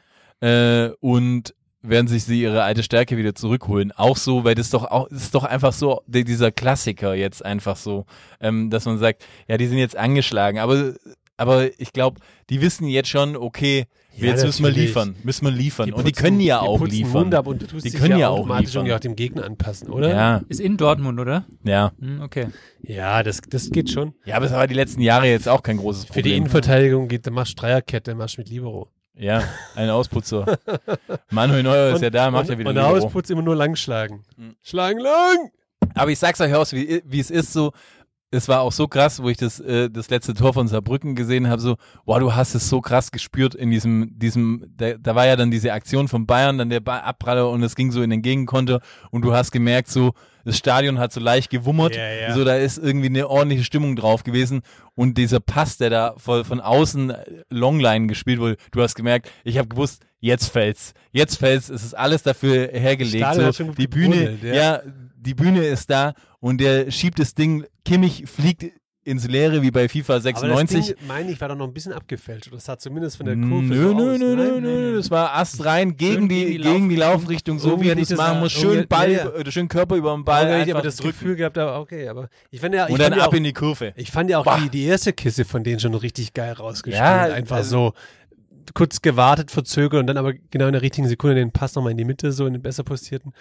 äh, und werden sich sie ihre alte Stärke wieder zurückholen. Auch so, weil das doch auch, das ist doch einfach so die- dieser Klassiker jetzt einfach so, ähm, dass man sagt, ja, die sind jetzt angeschlagen, aber aber ich glaube, die wissen jetzt schon, okay,
Ja,
jetzt müssen wir
natürlich.
liefern, müssen wir liefern und die können ja auch
putzen
liefern.
Mund ab und du tust
Die
dich
können ja
ja
auch
automatisch
liefern.
irgendwie auch dem Gegner anpassen, oder?
Ja,
Ist in Dortmund, oder?
ja.
Hm, okay.
Ja, das, das geht schon.
Ja, aber es war die letzten Jahre jetzt auch kein großes
Für die
Problem.
Innenverteidigung geht, dann machst du Dreierkette, machst mit Libero.
ja, ein Ausputzer. Manuel Neuer ist ja da, macht
und,
ja wieder
Und der
Libero. Hm.
Hausputz immer nur lang schlagen. Schlagen lang!
Aber ich sag's euch aus, wie, wie es ist, so, es war auch so krass, wo ich das, äh, das letzte Tor von Saarbrücken gesehen habe, so, wow, du hast es so krass gespürt in diesem, diesem, da, da war ja dann diese Aktion von Bayern, dann der Ball Abpraller und es ging so in den Gegenkonter und du hast gemerkt, so, das Stadion hat so leicht gewummert,
Ja, ja.
so, da ist irgendwie eine ordentliche Stimmung drauf gewesen und dieser Pass, der da von, von außen äh, Longline gespielt wurde, du hast gemerkt, ich habe gewusst, jetzt fällt's, jetzt fällt's, es ist alles dafür hergelegt,
Stadion hat schon
so,
gut
die Bühne,
gebruddelt,
ja.
ja.
ja, die Bühne ist da und der schiebt das Ding, Kimmich fliegt ins Leere wie bei FIFA 96.
Aber das Ding, meine ich, war doch noch ein bisschen abgefälscht. Oder das sah zumindest von der Kurve
Nö, nö,
so
nö,
aus. ne?
nö,
Nein?
nö, das war Ast rein gegen
Schön
die,
gegen die
gegen die Laufrichtung, so
Irgendwie
wie er
hatte ich
das
das
machen
ja.
muss.
Irgendwie
Schön
hat-
Ball,
ja, ja.
äh, schön Körper über den
Ball
Ball.
hab ich
einfach
aber das
drücken.
Gefühl gehabt, aber okay, aber ich fand ja, ich
und dann
fand ja auch,
ab in die Kurve.
ich fand ja auch
Bah.
die, die erste Kiste von denen schon richtig geil rausgespielt.
Ja,
Einfach
also-
so kurz gewartet, verzögert und dann aber genau in der richtigen Sekunde den Pass nochmal in die Mitte, so in den besser postierten.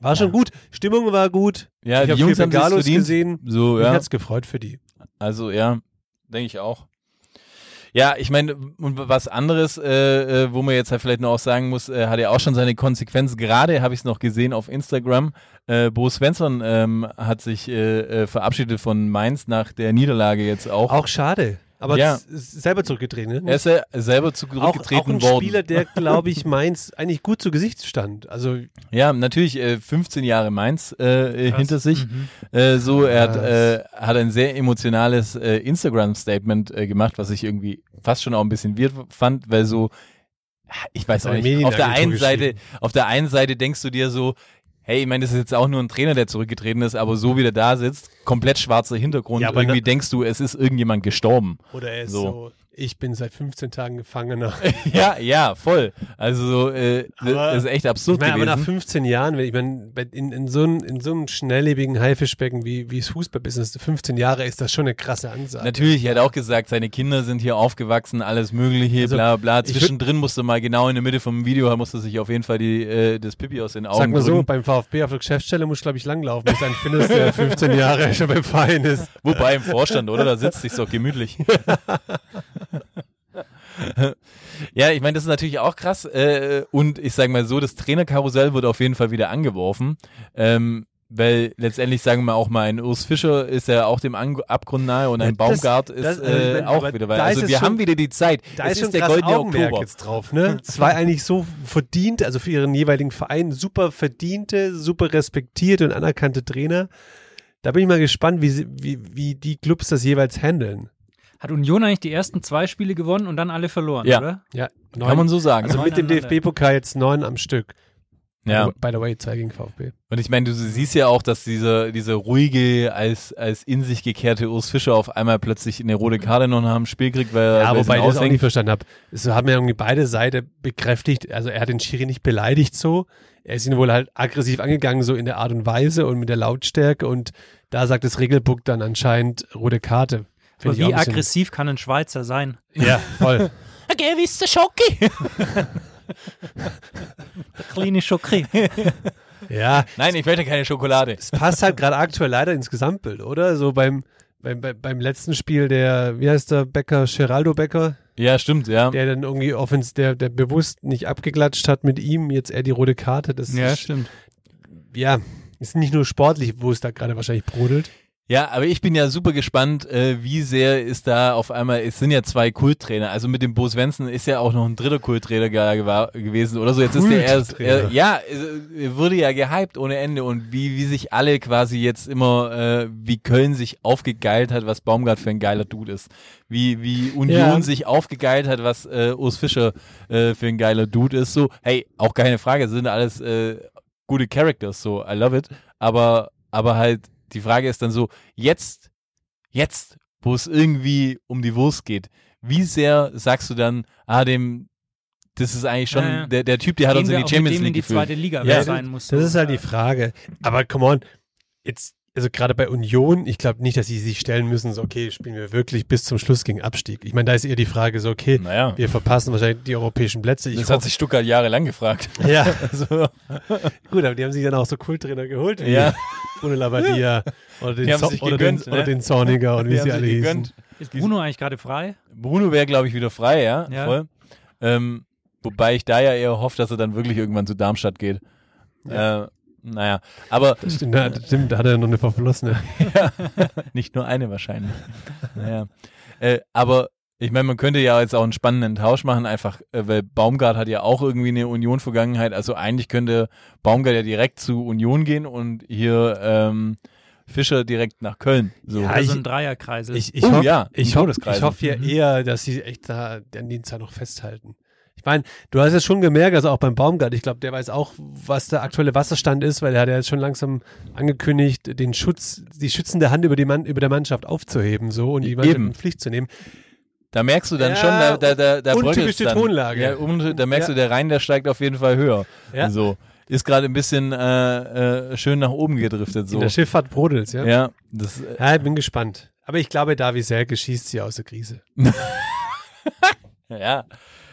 War schon gut, Stimmung war gut.
Ja,
ich
die
hab
Jungs
viel
haben sich's
Bengalos
verdient.
gesehen.
So,
Mich
ja.
hat's gefreut für die.
Also ja, denke ich auch. Ja, ich meine, und was anderes, äh, äh, wo man jetzt halt vielleicht noch auch sagen muss, äh, hat ja auch schon seine Konsequenz. Gerade habe ich es noch gesehen auf Instagram. Äh, Bo Svensson ähm, hat sich äh, äh, verabschiedet von Mainz nach der Niederlage jetzt auch.
Auch schade. Aber
Ja.
z- selber zurückgetreten, ne?
er ist ja selber
auch,
zurückgetreten
auch ein
worden. (laughs)
Spieler, der, glaube ich, Mainz eigentlich gut zu Gesicht stand. Also
Ja, natürlich äh, 15 Jahre Mainz äh, äh, hinter sich.
Mhm.
Äh, so, er hat, äh, hat ein sehr emotionales äh, Instagram-Statement äh, gemacht, was ich irgendwie fast schon auch ein bisschen weird fand, weil so, ich weiß
Hat
auch
eine
nicht, auf der einen
Medienagentur
Seite,
geschrieben.
auf der einen Seite denkst du dir so, hey, ich meine, das ist jetzt auch nur ein Trainer, der zurückgetreten ist, aber so wie der da sitzt, komplett schwarzer Hintergrund,
Ja, aber
irgendwie
ne-
denkst du, es ist irgendjemand gestorben.
Oder er ist
So.
so. ich bin seit 15 Tagen
(laughs)
Gefangener.
ja, ja, voll. Also, so, äh,
Aber-
das ist echt
Ich
absurd
meine, aber nach
gewesen.
15 Jahren, wenn ich meine, bei- in, in, so einem, in so einem schnelllebigen Haifischbecken wie, wie das Fußballbusiness, 15 Jahre ist das schon eine krasse Ansage.
Natürlich, er hat auch gesagt, seine Kinder sind hier aufgewachsen, alles Mögliche,
Also,
bla bla.
ich würd-
Zwischendrin musste mal genau in der Mitte vom Video, er musste sich auf jeden Fall die, äh, das Pipi aus den Augen
Sag mal so,
drücken.
beim VfB auf der Geschäftsstelle muss glaube ich langlaufen, bis ein findest, der 15 Jahre (laughs) schon beim Verein ist.
Wobei im Vorstand, oder? Da sitzt sich's doch
(laughs)
gemütlich. ja, ich meine, das ist natürlich auch krass. Äh, und ich sage mal so, das Trainerkarussell wird auf jeden Fall wieder angeworfen. Ähm, weil letztendlich sagen wir auch mal, ein Urs Fischer ist ja auch dem Ang Abgrund nahe und ein
Ja, das-
Baumgart ist
das- also ich
äh,
mein,
auch
aber
wieder
da
weit. Also
ist es
wir
schon-
haben wieder die Zeit.
Da
es
ist
ist,
schon
der
krass
goldene
Augenmerk
Oktober.
jetzt drauf, ne? (laughs) Zwei eigentlich so verdient, also für ihren jeweiligen Verein super verdiente, super respektierte und anerkannte Trainer. Da bin ich mal gespannt, wie, sie- wie, wie die Clubs das jeweils handeln.
Hat Union eigentlich die ersten zwei Spiele gewonnen und dann alle verloren,
Ja.
oder?
Ja, neun,
Kann man so sagen. ne?
Also
Neun
mit dem
aneinander.
DFB-Pokal jetzt neun am Stück.
ja.
By the way, zwei gegen VfB.
Und ich meine, du siehst ja auch, dass dieser, dieser ruhige, als, als in sich gekehrte Urs Fischer auf einmal plötzlich eine rote Karte noch nach dem Spiel kriegt, weil er
Ja,
weil es
wobei
ihn
ich das auch
aushängt.
nicht verstanden habe. Es haben ja irgendwie beide Seiten bekräftigt. Also er hat den Schiri nicht beleidigt so. Er ist ihn wohl halt aggressiv angegangen, so in der Art und Weise und mit der Lautstärke. Und da sagt das Regelbuch dann anscheinend rote Karte. Find
Aber
ich auch
wie
ein bisschen-
aggressiv kann ein Schweizer sein?
Ja, voll.
Okay, wie ist der Schocki? Kleine Schocki.
ja, (laughs)
Nein, ich möchte keine Schokolade.
es passt halt gerade aktuell leider ins Gesamtbild, oder? So beim, Beim, bei, beim letzten Spiel der, wie heißt der Becker, Geraldo Becker,
Ja, stimmt, ja.
der dann irgendwie offens, der, der bewusst nicht abgeklatscht hat mit ihm, jetzt er die rote Karte. Das
Ja,
ist,
stimmt.
ja, ist nicht nur sportlich, wo es da gerade wahrscheinlich brodelt.
Ja, aber ich bin ja super gespannt, äh, wie sehr ist da auf einmal, es sind ja zwei Kulttrainer, also mit dem Bo Svensson ist ja auch noch ein dritter Kulttrainer ge gewa- gewesen oder so, jetzt ist der erst,
Kulttrainer.
er, ja, äh, er wurde ja gehypt ohne Ende und wie, wie sich alle quasi jetzt immer, äh, wie Köln sich aufgegeilt hat, was Baumgart für ein geiler Dude ist, wie, wie Union
Ja.
sich aufgegeilt hat, was äh, Urs Fischer äh, für ein geiler Dude ist, so, hey, auch keine Frage, sind alles äh, gute Characters, so, I love it. Aber, aber halt, die Frage ist dann so, jetzt, jetzt, wo es irgendwie um die Wurst geht, wie sehr sagst du dann, ah, dem, das ist eigentlich schon,
Ja, ja.
Der, der Typ, der hat uns
Gehen
in die
wir auch
Champions
mit dem
League
in die
geführt.
zweite Liga
Ja,
wer sein muss.
Das ist halt die Frage. Aber come on, jetzt, also gerade bei Union, ich glaube nicht, dass sie sich stellen müssen, so, okay, spielen wir wirklich bis zum Schluss gegen Abstieg. Ich meine, da ist eher die Frage, so, okay,
Naja.
wir verpassen wahrscheinlich die europäischen Plätze. Ich
Das hat
hoffe-
sich Stuttgart jahrelang
(laughs)
gefragt.
ja,
(laughs) Also,
gut, aber die haben sich dann auch so Kulttrainer geholt, wie
Ja.
Bruno Labbadia oder den,
Die haben
Zo
sich
oder,
gegönnt,
den, oder
ne?
den Zorniger und wie
die haben
sie
sich
alle hießen.
gegönnt.
Ist Bruno eigentlich gerade frei?
Bruno wäre, glaube ich, wieder frei, ja.
Ja.
Voll. Ähm, wobei ich da ja eher hoffe, dass er dann wirklich irgendwann zu Darmstadt geht. Äh, naja, aber
Stimmt, da, stimmt, da hat er noch eine verflossene.
(laughs) Nicht nur eine wahrscheinlich. naja. Äh, aber ich meine, man könnte ja jetzt auch einen spannenden Tausch machen, einfach, äh, weil Baumgart hat ja auch irgendwie eine Union-Vergangenheit. Also eigentlich könnte Baumgart ja direkt zu Union gehen und hier ähm, Fischer direkt nach Köln. So.
Ja,
Oder so
ich-
Also ein Dreierkreisel?
Ich, ich
Oh
hoffe,
ja, Mhm.
ich
ein
hoffe,
Todeskreis.
ich hoffe ja eher, dass sie echt da an den Zahl noch festhalten. Ich meine, du hast es schon gemerkt, also auch beim Baumgart, ich glaube, der weiß auch, was der aktuelle Wasserstand ist, weil er hat ja jetzt schon langsam angekündigt, den Schutz, die schützende Hand über die Mann, über der Mannschaft aufzuheben, so und die Mannschaft
E- Eben.
in Pflicht zu nehmen.
Da merkst du dann
Ja,
schon, da, da, da, da
untypische
bröckelt's dann.
Tonlage.
Ja, un, da merkst
Ja.
du, der Rhein, der steigt auf jeden Fall höher.
Ja.
So. Ist gerade ein bisschen äh, äh, schön nach oben gedriftet. So.
In der Schifffahrt brodelt, ja.
ja, das, äh,
Ja, ich bin gespannt. Aber ich glaube, Davi Selke schießt sie aus der Krise.
ja,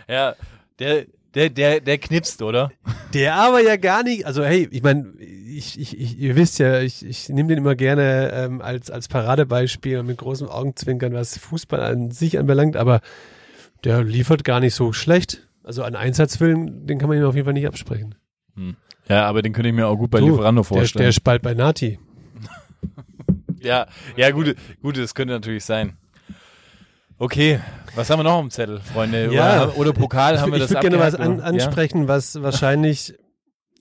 ja, der, der, der, der knipst, oder?
Der aber ja gar nicht, also hey, ich meine, ich, ich, ich, ihr wisst ja, ich, ich nehme den immer gerne ähm, als, als Paradebeispiel und mit großen Augenzwinkern, was Fußball an sich anbelangt, aber der liefert gar nicht so schlecht. Also an Einsatzwillen, den kann man ihm auf jeden Fall nicht absprechen.
Ja, aber den könnte ich mir auch gut bei
Du,
Lieferando
Der, der
vorstellen.
spalt bei Nati.
ja, ja, gut, gut, das könnte natürlich sein. Okay, was haben wir noch am Zettel, Freunde?
Ja.
oder, oder Pokal haben wir
ich
das
würde gerne was
abgehakt,
an,
oder? Ja?
ansprechen, was wahrscheinlich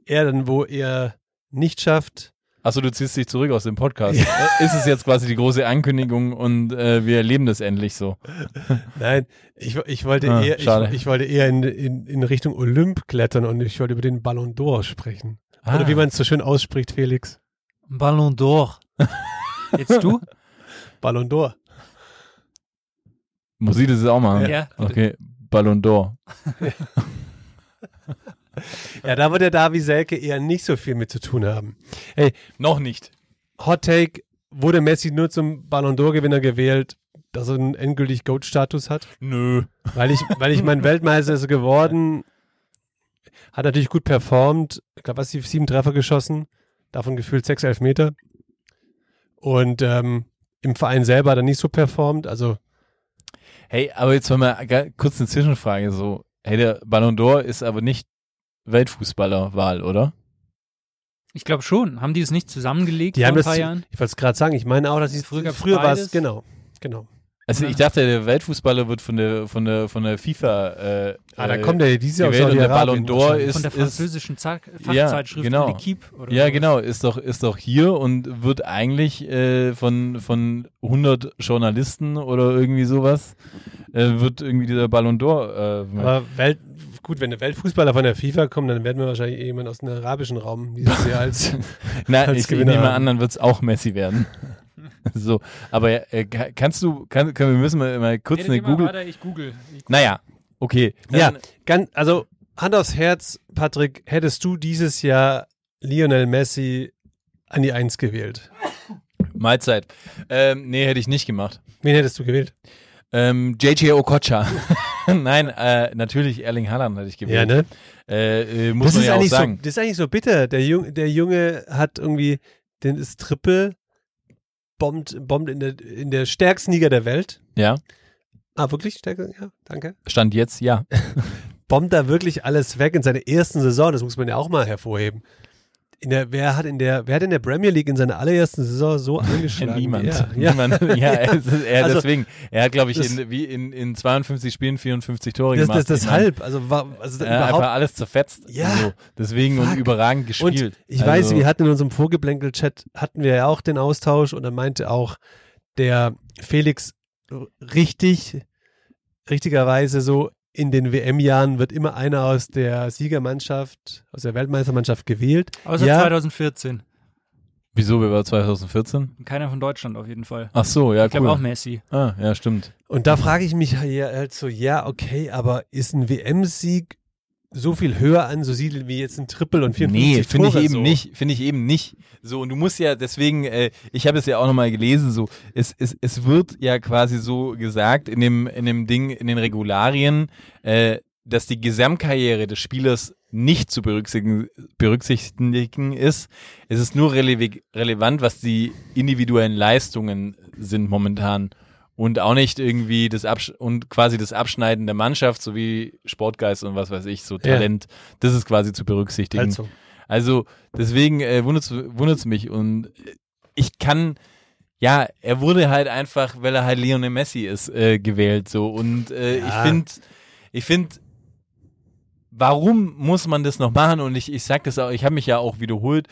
er dann, wo er nicht schafft.
Achso, du ziehst dich zurück aus dem Podcast. Äh, Ist es jetzt quasi die große Ankündigung und äh, wir erleben das endlich so.
Nein, ich, ich, wollte,
Ah,
eher, ich,
schade.
ich wollte eher in, in, in Richtung Olymp klettern und ich wollte über den Ballon d'Or sprechen. Oder
Ah.
wie man es so schön ausspricht, Felix.
Ballon d'Or.
(laughs)
Jetzt du?
Ballon d'Or.
Muss ich das jetzt auch machen?
Ja.
Okay, Ballon d'Or.
Ja, da wird der Davi Selke eher nicht so viel mit zu tun haben.
Noch nicht.
Hot Take, wurde Messi nur zum Ballon d'Or-Gewinner gewählt, dass er einen endgültig Goat-Status hat?
Nö.
Weil ich, weil
(laughs)
ich mein Weltmeister ist er geworden, hat natürlich gut performt. Ich glaube, was die sieben Treffer geschossen, davon gefühlt sechs Elfmeter. Und ähm, im Verein selber hat er nicht so performt. Also
Hey, aber jetzt mal ga- kurz eine Zwischenfrage so. Hey, der Ballon d'Or ist aber nicht Weltfußballerwahl, oder?
Ich glaube schon. Haben die es nicht zusammengelegt
die
vor
haben
ein
das.
paar
Ich
Jahren?
wollte es gerade sagen. Ich meine auch, dass sie
Früher
früher,
gab's
früher war es
beides.
genau, genau.
Also
Ja.
ich dachte, der Weltfußballer wird von der von der von der FIFA. Äh,
Ah, da
äh,
kommt er dieses Jahr auf
gewählt und der Ballon
Saudi-Arabien
d'Or
wahrscheinlich.
ist-
Von der französischen Zack- Fachzeitschrift
genau.
L'Equipe oder
Ja,
sowas.
genau, ist doch ist doch hier und wird eigentlich äh, von von 100 Journalisten oder irgendwie sowas äh, wird irgendwie dieser Ballon d'Or. Äh,
Aber Welt, gut, wenn der Weltfußballer von der FIFA kommt, dann werden wir wahrscheinlich eh jemand aus dem arabischen Raum dieses
(laughs)
Jahr als.
Nein,
als
ich, ich
Gewinner
nehme
haben.
an, dann wird's auch Messi
(laughs)
werden. so, aber äh, ka- kannst du, kann, können wir müssen mal, mal kurz
Redet
eine
ihr mal
Google.
Weiter, ich google. Ich
Naja, okay.
ja,
Dann-
ganz, also Hand aufs Herz, Patrick, hättest du dieses Jahr Lionel Messi an die Eins gewählt?
Mahlzeit. Ähm, nee, hätte ich nicht gemacht.
Wen hättest du gewählt?
Ähm, JJ Okocha. (laughs) Nein, äh, natürlich Erling Haaland hatte ich gewählt. äh, äh, muss
ne? Das
man
ist,
ja auch
eigentlich so,
sagen.
das ist eigentlich so bitter. Der, Jung, der Junge hat irgendwie den ist Triple bombt, bombt in, der, in der stärksten Liga der Welt.
Ja,
Ah, wirklich? Stärkste? Ja, danke.
Stand jetzt,
(laughs)
ja.
bombt da wirklich alles weg in seiner ersten Saison. Das muss man ja auch mal hervorheben. In der, wer hat in der, wer hat in der Premier League in seiner allerersten Saison so angeschlagen?
Niemand.
Ja,
(laughs)
ja.
Niemand. Ja, es ist, er,
(laughs) Also,
deswegen. Er hat, glaube ich,
das-
in, wie in, in 52 Spielen 54 Tore
Das,
gemacht.
das, das
Ich mein,
halb. Also, war, also
Er hat einfach
überhaupt.
alles zerfetzt.
Ja.
So. Deswegen und
Fuck.
überragend
Und
gespielt.
ich weiß,
Also,
wir hatten in unserem Vorgeblänkel-Chat, hatten wir ja auch den Austausch und da meinte auch der Felix richtig, richtigerweise so, in den WM-Jahren wird immer einer aus der Siegermannschaft, aus der Weltmeistermannschaft gewählt.
Außer
ja,
2014.
Wieso, wir waren 2014?
Keiner von Deutschland auf jeden Fall.
Ach so, ja,
Ich glaube
cool.
auch Messi.
Ah, ja, stimmt.
Und da frage ich mich ja halt so, ja, okay, aber ist ein WM-Sieg so viel höher anzusiedeln wie jetzt ein Triple und 54
Nee, finde ich
Tore
eben
so?
nicht, finde ich eben nicht. So und du musst ja deswegen, äh, ich habe es ja auch nochmal gelesen, so es, es, es wird ja quasi so gesagt in dem in dem Ding in den Regularien, äh, dass die Gesamtkarriere des Spielers nicht zu berücksichtigen, berücksichtigen ist. Es ist nur relevi- relevant, was die individuellen Leistungen sind momentan und auch nicht irgendwie das Absch und quasi das Abschneiden der Mannschaft sowie Sportgeist und was weiß ich, so
Ja.
Talent, das ist quasi zu berücksichtigen.
Also,
Also deswegen äh, wundert es mich und äh, ich kann, ja, er wurde halt einfach, weil er halt Lionel Messi ist, äh, gewählt so und äh,
Ja.
ich finde, ich finde, warum muss man das noch machen und ich, ich sag das auch, ich habe mich ja auch wiederholt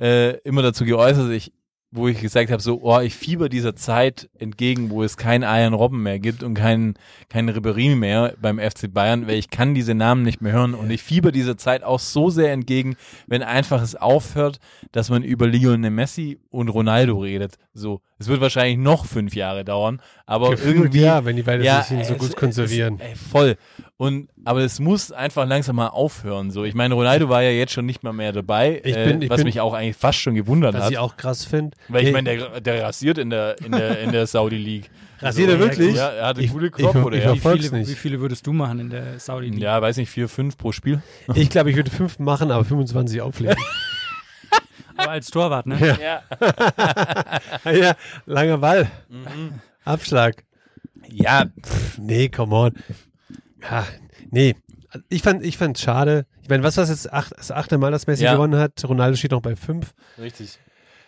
äh, immer dazu geäußert, ich wo ich gesagt habe, so, oh, ich fieber dieser Zeit entgegen, wo es kein Iron Robben mehr gibt und keinen kein Ribery mehr beim FC Bayern, weil ich kann diese Namen nicht mehr hören und ich fieber dieser Zeit auch so sehr entgegen, wenn einfach es aufhört, dass man über Lionel Messi und Ronaldo redet. So, es wird wahrscheinlich noch fünf Jahre dauern, aber
Gefühlt
irgendwie
ja, wenn die beiden sich ihn so
es-
gut konservieren.
Es, ey, voll. Und aber es muss einfach langsam mal aufhören. So, ich meine, Ronaldo war ja jetzt schon nicht mal mehr dabei,
Ich bin-
äh,
ich
was
bin-
mich auch eigentlich fast schon gewundert
was
hat.
ich auch krass finde.
Weil ich meine, der, der rasiert in der, in der, in der Saudi League. Also,
Rasiert er wirklich?
Ja, er hat einen
Ich-
gute
ich-
Crop,
ich-
oder?
ich-
ja?
Wie
Erfolg's
viele,
nicht.
wie viele würdest du machen in der saudi League?
ja, weiß nicht, vier, fünf pro Spiel.
ich glaube, ich würde fünf machen, aber
(laughs)
25 auflegen. (laughs)
Aber als Torwart, ne?
ja, langer Ball.
Mhm.
Abschlag.
Ja,
Pff, nee, come on. Ja, nee. Ich fand ich fand's schade. Ich meine, was war es jetzt? Acht, das achte Mal, dass Messi
Ja.
gewonnen hat. Ronaldo steht noch bei fünf.
richtig.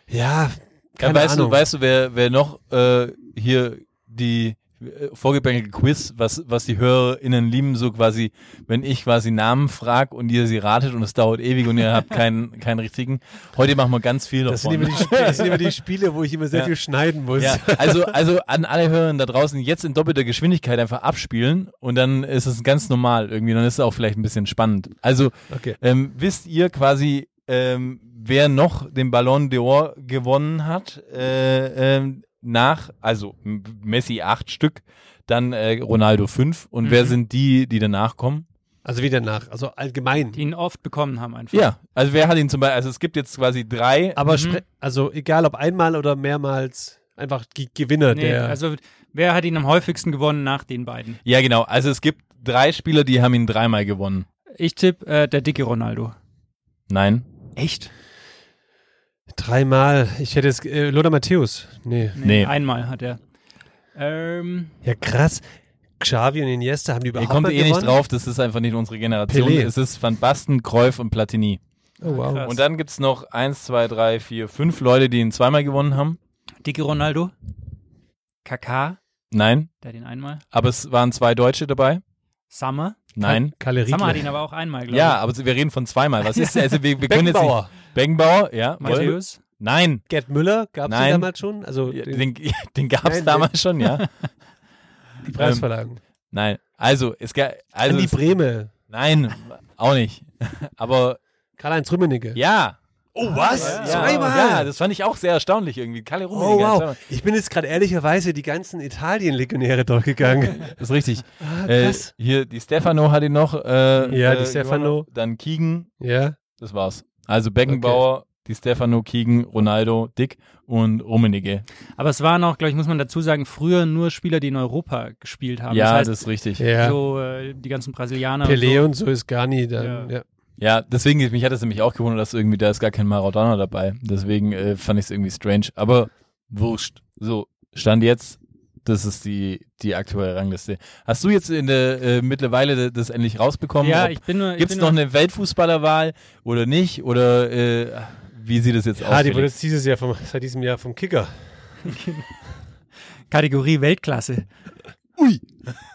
Ja,
Ja,
keine
weißt
Ahnung.
du, weißt du, wer, wer noch äh, hier die äh, vorgebängelte Quiz, was, was die HörerInnen lieben, so quasi, wenn ich quasi Namen frag und ihr sie ratet und es dauert ewig und ihr habt keinen, keinen richtigen. Heute machen wir ganz viel davon.
das, sind immer die Sp- das sind immer die Spiele, wo ich immer sehr
Ja.
viel schneiden muss.
Ja, (laughs) also, also an alle Hörerinnen da draußen jetzt in doppelter Geschwindigkeit einfach abspielen und dann ist es ganz normal irgendwie, dann ist es auch vielleicht ein bisschen spannend. Also
Okay.
ähm, wisst ihr quasi, ähm, wer noch den Ballon d'Or gewonnen hat äh, ähm, nach, also M- Messi acht Stück, dann äh, Ronaldo fünf und wer sind die, die danach kommen?
(laughs) Also wieder nach. Also allgemein.
Die ihn oft bekommen haben einfach.
Ja, also wer hat ihn zum Beispiel, also es gibt jetzt quasi drei,
Aber
Mhm.
spre- also egal ob einmal oder mehrmals, einfach Ge- Gewinner
Nee,
der.
also wer hat ihn am häufigsten gewonnen nach den beiden?
ja genau, also es gibt drei Spieler, die haben ihn dreimal gewonnen.
Ich tippe äh, der dicke Ronaldo.
Nein.
Echt?
dreimal. Ich hätte es. Äh, Lothar Matthäus. Nee.
Nee.
Einmal hat er. Ähm,
Ja, krass. Xavi und Iniesta haben die
Ihr
überhaupt
kommt
mal
eh
gewonnen?
nicht drauf, das ist einfach nicht unsere Generation.
Pelé.
Es ist Van Basten, Cruyff und Platini.
Oh, wow.
krass.
Und dann gibt's noch eins, zwei, drei, vier, fünf Leute, die ihn zweimal gewonnen haben.
dicke Ronaldo. Kaká,
Nein,
der hat ihn einmal.
aber es waren zwei Deutsche dabei.
Summer.
Nein.
Kalle
Summer hat
Riedle.
ihn aber auch einmal, glaube
Ja, aber wir reden von zweimal. Was ist also wir, wir können jetzt nicht,
Beckenbauer.
Beckenbauer, ja.
ich. Matthäus.
Nein,
Gerd Müller gab es
Nein.
damals schon? Also
Ja,
den,
den, (laughs) den gab's
Nein,
damals schon,
(laughs)
ja.
die Preisverlagen.
Nein, also es ga- ähm, also
Andi
es,
Brehme.
nein, auch nicht. (laughs) Aber
Karl-Heinz Rümmenigge.
ja,
Oh, was?
ja,
Zweimal?
ja, das fand ich auch sehr erstaunlich irgendwie. Kalle
Oh,
Rummenigge hat zweimal-
wow. Ich bin jetzt gerade ehrlicherweise die ganzen Italien-Legionäre durchgegangen.
Das ist richtig. äh,
krass.
hier, die Stefano hat ihn noch. Äh,
Ja,
äh,
die Stefano.
gewonnen. Dann Keegan,
(laughs) ja.
das war's. Also Beckenbauer, die Stefano, Keegan, Ronaldo, Dick und Rummenigge.
Aber es waren auch, glaube ich, muss man dazu sagen, früher nur Spieler, die in Europa gespielt haben.
ja,
das heißt,
das ist richtig.
ja.
so äh, die ganzen Brasilianer. und
Pelé und so ist gar nie dann.
Ja.
Ja.
Ja, deswegen, mich hat es nämlich auch gewundert, dass irgendwie da ist gar kein Maradona dabei. Deswegen äh, fand ich es irgendwie strange. Aber Wurscht. So, Stand jetzt, das ist die, die aktuelle Rangliste. Hast du jetzt in der äh, mittlerweile das endlich rausbekommen?
Ja,
ob-
ich bin nur. ich
Gibt es
bin
noch
nur-
eine Weltfußballerwahl oder nicht? Oder äh, wie sieht es jetzt
Ah,
aus?
die wurde
Felix?
jetzt dieses Jahr vom, (laughs) seit diesem Jahr vom Kicker.
Kategorie Weltklasse. Ui.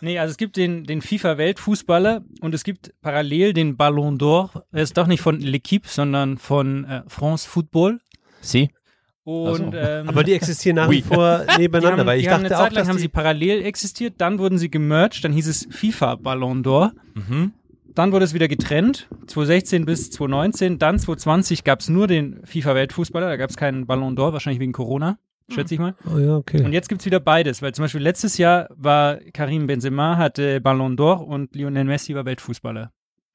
Nee, also es gibt den, den FIFA-Weltfußballer und es gibt parallel den Ballon d'Or. Er ist doch nicht von L'Equipe, sondern von äh, France Football.
Sie?
Und,
Ach so.
ähm,
Aber die existieren nach
Ui.
wie (laughs) vor
die haben,
nebeneinander, weil ich
die haben
dachte
eine Zeit
auch,
lang
dass
haben
die,
sie parallel existiert, dann wurden sie gemerged, dann hieß es FIFA Ballon d'Or.
Mhm.
Dann wurde es wieder getrennt, 2016 bis 2019. Dann 2020 gab es nur den FIFA-Weltfußballer, da gab es keinen Ballon d'Or, wahrscheinlich wegen Corona, schätze ich mal.
Oh ja, okay.
Und jetzt gibt's wieder beides, weil zum Beispiel letztes Jahr war Karim Benzema hatte Ballon d'Or und Lionel Messi war Weltfußballer.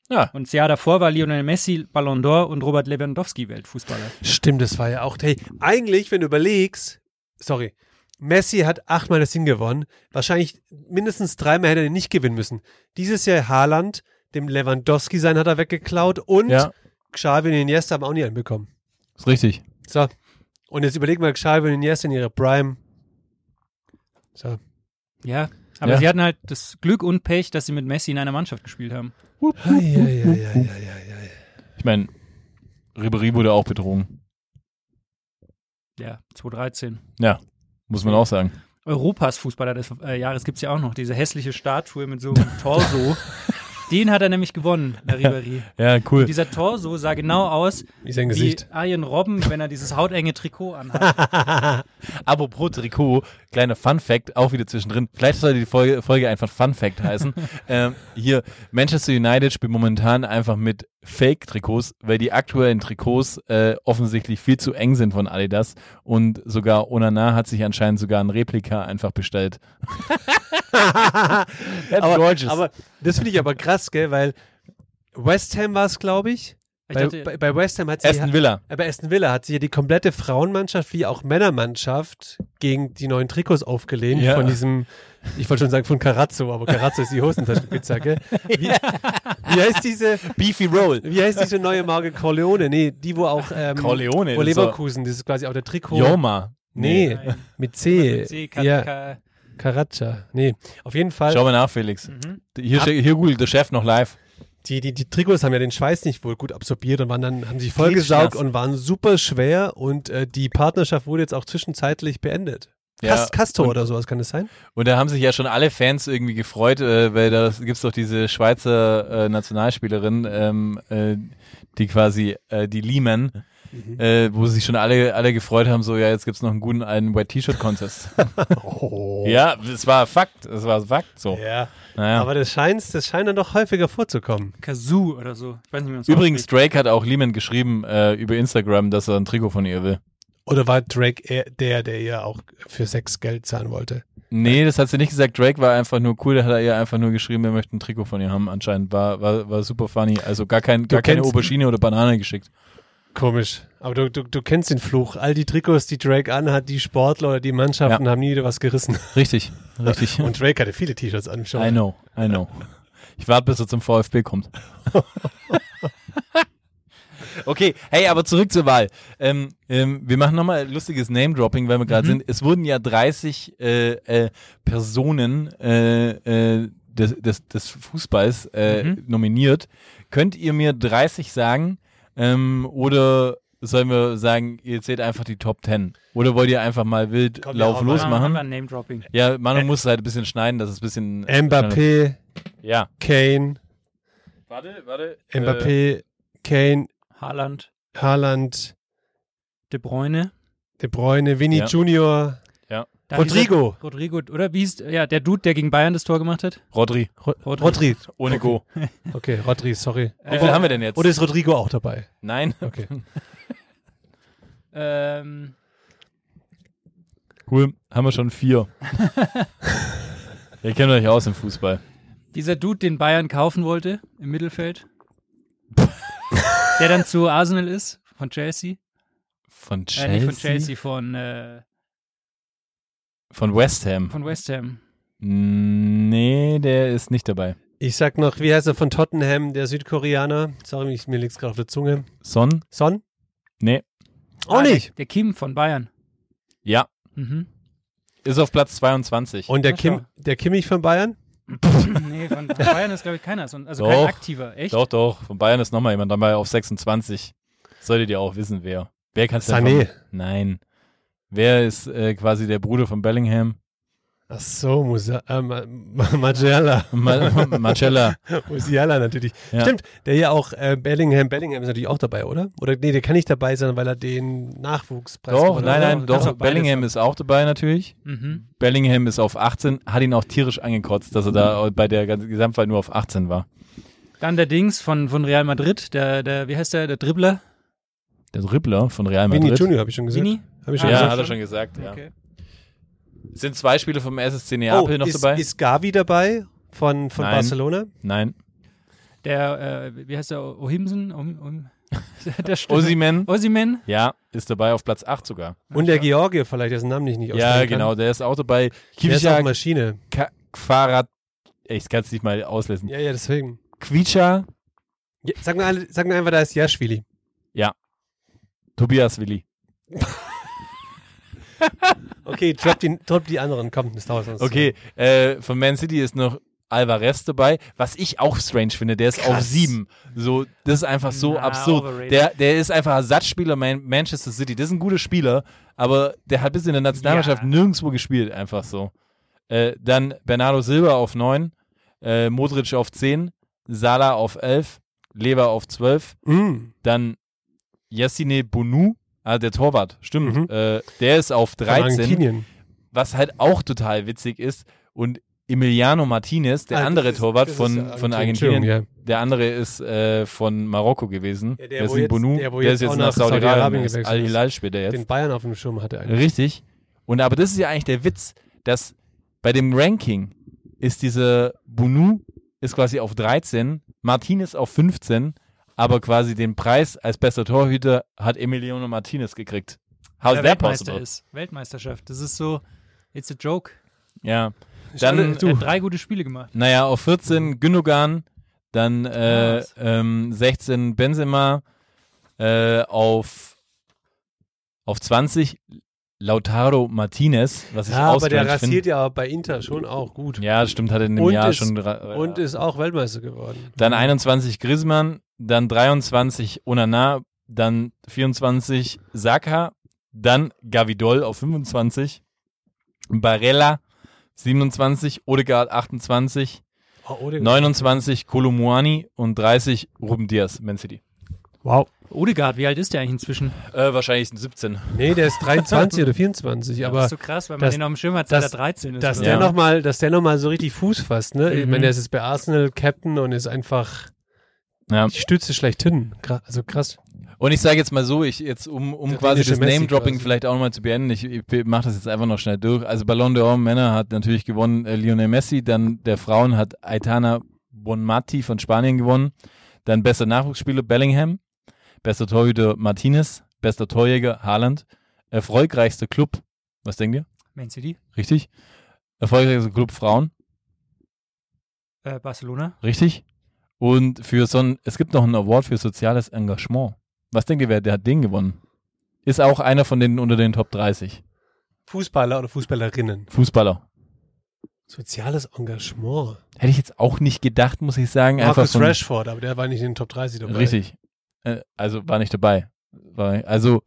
Ja.
Und das Jahr davor war Lionel Messi Ballon d'Or und Robert Lewandowski Weltfußballer.
Stimmt, das war ja auch. Hey, eigentlich, wenn du überlegst, sorry, Messi hat achtmal das Ding gewonnen. Wahrscheinlich mindestens dreimal hätte er nicht gewinnen müssen. Dieses Jahr Haaland, dem Lewandowski sein hat er weggeklaut und
Ja,
Xavi und Iniesta haben auch nie einen bekommen.
ist richtig.
So. Und jetzt überleg mal Xavi und Iniesta in ihrer Prime. (laughs) So.
Ja. Aber
Ja.
sie hatten halt das Glück und Pech, dass sie mit Messi in einer Mannschaft gespielt haben.
Ich meine, Ribery wurde auch betrogen.
Ja, 2013.
Ja, muss man auch sagen.
Europas Fußballer des äh, Jahres gibt's ja auch noch, diese hässliche Statue mit so einem Torso. Den hat er nämlich gewonnen, der Ribéry.
Ja, cool.
Dieser Torso sah genau aus
Wie sein
wie
Gesicht.
Arjen Robben, wenn er dieses hautenge Trikot anhat.
Apropos Trikot, kleiner Fun Fact, auch wieder zwischendrin. Vielleicht sollte die Folge, Folge einfach Fun Fact (laughs) heißen. ähm, hier, Manchester United spielt momentan einfach mit Fake-Trikots, weil die aktuellen Trikots äh, offensichtlich viel zu eng sind von Adidas. Und sogar Onana hat sich anscheinend sogar ein Replika einfach
(laughs)
bestellt. (laughs) That's gorgeous.
aber das finde ich aber krass, gell, weil West Ham war es, glaube ich.
Ich
Bei,
dachte-
bei, bei West Ham hat sie
Aston Villa.
Aber Aston Villa hat sich ja die komplette Frauenmannschaft wie auch Männermannschaft gegen die neuen Trikots aufgelehnt
Ja.
von diesem, ich wollte schon sagen von Carazzo, aber Carazzo ist die Hosentasche gell? Wie, wie heißt diese,
Beefy Roll.
wie heißt diese neue Marke Corleone? Nee, die wo auch ähm,
Corleone,
wo
das ist
Leverkusen, das ist quasi auch der Trikot.
Joma.
Nee,
Nein.
mit C.
Mit C, Ka-
Äh, ja,
Ka-
Caraccia. Nee, auf jeden Fall.
Schau mal nach, Felix. Hier, steht- hier googelt der Chef noch live.
Die, die, die Trikots haben ja den Schweiß nicht wohl gut absorbiert und waren dann, haben sich vollgesaugt
Klitschnass.
und waren super schwer und äh, die Partnerschaft wurde jetzt auch zwischenzeitlich beendet.
Ja,
Cas- Castor
und-
oder sowas kann es sein?
Und da haben sich ja schon alle Fans irgendwie gefreut, äh, weil da gibt's doch diese Schweizer äh, Nationalspielerin, ähm, äh, die quasi, äh, die Lehman, äh, wo sich schon alle, alle gefreut haben, so, ja, jetzt gibt's noch einen guten einen White T-Shirt (laughs) Contest. Ja, es war Fakt, es war Fakt, so.
Ja.
Naja.
Aber das scheint, das scheint dann doch häufiger vorzukommen.
Kazoo oder so. Ich weiß nicht, wie man's
Übrigens, Drake hat auch Lehman geschrieben äh, über Instagram, dass er ein Trikot von ihr will.
Oder war Drake eher der, der ja auch für Sex Geld zahlen wollte?
Nee, das hat sie nicht gesagt. Drake war einfach nur cool. Da hat er ihr einfach nur geschrieben, wir möchten ein Trikot von ihr haben. Anscheinend war, war, war super funny. Also gar, kein, gar keine
kennst-
Aubergine oder Banane geschickt.
Komisch. Aber du, du, du kennst den Fluch. All die Trikots, die Drake anhat, die Sportler oder die Mannschaften haben nie wieder was gerissen. (laughs)
Richtig, richtig.
Und Drake hatte viele T-Shirts an schon.
I know, I know. Ich warte, bis er zum VfB kommt. (laughs) okay, hey, aber zurück zur Wahl. Ähm, ähm, wir machen nochmal lustiges Name-Dropping, weil wir gerade sind. Es wurden ja 30 äh, äh, Personen äh, äh, des, des, des Fußballs äh, nominiert. Könnt ihr mir 30 sagen ähm, oder sollen wir sagen, ihr zählt einfach die Top 10? Oder wollt ihr einfach mal wild
Komm, ja,
lauf
hau mal.
los
Was
machen?
machen? Name Dropping.
Ja, Manu muss halt ein bisschen schneiden, dass es ein bisschen.
Mbappé,
Ja.
Kane,
Warte, warte. äh,
Mbappé, Kane,
Haaland,
Haaland,
De Bruyne.
De Bruyne, Vinny
Ja.
Junior,
Da
Rodrigo.
dieser- Rodrigo, oder wie hieß, ja, der Dude, der gegen Bayern das Tor gemacht hat?
Rodri.
Rodri.
Rodri.
Ohne Go.
Okay, Rodri, sorry.
Wie viel haben wir denn jetzt?
Oder ist Rodrigo auch dabei?
Nein.
(laughs)
Okay.
Ähm,
Cool. Haben wir schon vier. (laughs) Ihr kennt euch aus im Fußball.
dieser Dude, den Bayern kaufen wollte, im Mittelfeld. der dann zu Arsenal ist, von Chelsea.
Von
Äh, nicht von Chelsea, von, äh,
Von West Ham.
von West Ham.
Nee, der ist nicht dabei.
Ich sag noch, wie heißt er von Tottenham, der Südkoreaner? Sorry, ich, mir liegt's gerade auf der Zunge.
Son?
Son?
Nee.
Auch
Ah,
nicht.
Der, der Kim von Bayern.
Ja.
Mhm.
Ist auf Platz 22.
Und der,
Na,
Kim,
schau.
der Kimmich von Bayern?
Nee, von Bayern ist, glaube ich, keiner. so- Also kein
Doch.
aktiver, echt?
doch, doch. Von Bayern ist nochmal jemand dabei auf 26. Solltet ihr auch wissen, wer. Wer kann es denn?
Sané.
Von, nein. Wer ist äh, quasi der Bruder von Bellingham?
Ach so, Musa, äh, Ma- Ma- Margiela.
Ma- (laughs) Marcella.
Musiala natürlich.
Ja.
Stimmt, der ja auch äh, Bellingham, Bellingham ist natürlich auch dabei, oder? Oder nee, der kann nicht dabei sein, weil er den Nachwuchspreis
Doch,
gewonnen
nein,
hat.
nein, doch.
auch beides
Bellingham ist auch dabei natürlich.
Mhm.
Bellingham ist auf 18, hat ihn auch tierisch angekotzt, dass er da
Mhm.
bei der ganzen Gesamtwahl nur auf 18 war.
Dann der Dings von, von Real Madrid, der, der, wie heißt der, der Dribbler?
Der Dribbler von Real
Vini
Madrid.
Junior habe ich schon gesagt.
Vini?
Hab ich
Ah,
schon
ja,
gesagt.
hat er schon gesagt. Ja.
Okay.
Sind zwei Spiele vom SSC Neapel noch
Oh, ist,
dabei?
ist Gavi dabei von, von
Nein.
Barcelona?
Nein.
Der, äh, wie heißt der, Ohimsen? Um, um, (laughs) der Stimme.
Osimen?
Osimen?
Ja, ist dabei auf Platz 8 sogar.
Und der Georgier vielleicht, dessen Namen ich nicht
Ja,
aussprechen
genau,
Kann.
der ist auch dabei.
Der ist auch
Kivcha
Maschine.
Fahrrad. Ich kann es nicht mal auslesen.
Ja, ja, deswegen.
Quicha,
Ja, sag, mir alle, sag mir einfach, da ist Jaschwili.
Tobias Willi.
Okay, drop die, drop die anderen. Komm, das dauert sonst.
Okay, äh, von Man City ist noch Alvarez dabei, was ich auch strange finde. Der ist auf sieben. So, das ist einfach so
Na,
absurd.
overrated.
Der, der ist einfach Ersatzspieler Man Manchester City. Das ist ein guter Spieler, aber der hat bis in der Nationalmannschaft
Ja.
nirgendwo gespielt, einfach so. Äh, dann Bernardo Silva auf neun, äh, Modric auf zehn, Salah auf elf, Lever auf zwölf,
Mm.
dann Yassine Bonu, ah, der Torwart, stimmt.
Mhm.
Äh, der ist auf
Von
13
Argentinien.
was halt auch total witzig ist und Emiliano Martinez, der
Ah, das
andere
ist-
Torwart
das ist
von,
Argentinien.
von
Entschuldigung,
Argentinien,
ja.
der andere ist äh, von Marokko gewesen,
Ja, der,
der,
wo
ist in
jetzt-
Bonu,
der,
der,
wo
ist
jetzt
jetzt
auch
nach
nach Saudi-Arabien
Saudi-Arabien, ist.
gewechselt
Al
ist.
Hilal spielt er jetzt.
Den Bayern auf dem Schirm hatte eigentlich.
Richtig. Und aber das ist ja eigentlich der Witz, dass bei dem Ranking ist diese Bunu ist quasi auf 13, Martinez auf 15, aber quasi den Preis als bester Torhüter hat Emiliano Martinez gekriegt. How's
der
that
Weltmeister
possible?
ist. Weltmeisterschaft. Das ist so, it's a joke.
Ja. Dann, äh,
Er hat drei gute Spiele gemacht.
Naja, auf
Mhm.
14 Gündogan, dann äh,
Krass.
ähm, 16 Benzema, äh, auf, auf 20 Lautaro Martinez, was ich
Ja,
auch
aber der
strange
rasiert
find.
ja bei Inter schon auch gut.
Ja, das stimmt, hat in dem
Und
Jahr
ist-
schon. ra-
Und Mhm. ist auch Weltmeister geworden.
dann 21 Griezmann, dann 23 Onana, dann 24 Saka, dann Gavidol auf 25, Barella 27, Odegaard 28,
Oh, Odegaard.
29 Kolumuani und 30 Ruben Diaz, Man City.
Wow.
Odegaard, wie alt ist der eigentlich inzwischen?
Äh, wahrscheinlich 17.
Nee, der ist 23 oder 24,
das
aber
ist so krass, weil man
das-
den auf dem Schirm hat, seit er
das-
13 ist.
dass
oder
Ja.
der noch mal, dass der noch mal so richtig Fuß fasst, ne? Ich
Mhm.
meine, der ist jetzt bei Arsenal Captain und ist einfach
Ja.
die Stütze schlechthin. Kra also krass.
Und ich sage jetzt mal so, ich jetzt um, um
Der
quasi
dänische
das
Messi
Name-Dropping
quasi.
vielleicht auch nochmal zu beenden, ich, ich mache das jetzt einfach noch schnell durch. Also Ballon d'Or Männer hat natürlich gewonnen äh, Lionel Messi, dann der Frauen hat Aitana Bonmati von Spanien gewonnen, dann bester Nachwuchsspieler Bellingham, bester Torhüter Martinez, bester Torjäger Haaland, erfolgreichster Club, was denkt ihr?
so. Man City,
Richtig? Erfolgreichster Club Frauen.
äh, Barcelona,
Richtig. Und für so ein, es gibt noch einen Award für soziales Engagement. Was denkt ihr, wer der hat den gewonnen? Ist auch einer von denen unter den Top 30.
Fußballer oder Fußballerinnen.
Fußballer.
Soziales Engagement.
Hätte ich jetzt auch nicht gedacht, muss ich sagen. Einfach
Marcus
von,
Rashford, aber der war nicht in den Top 30 dabei.
Richtig. Äh, Also war nicht dabei. War, also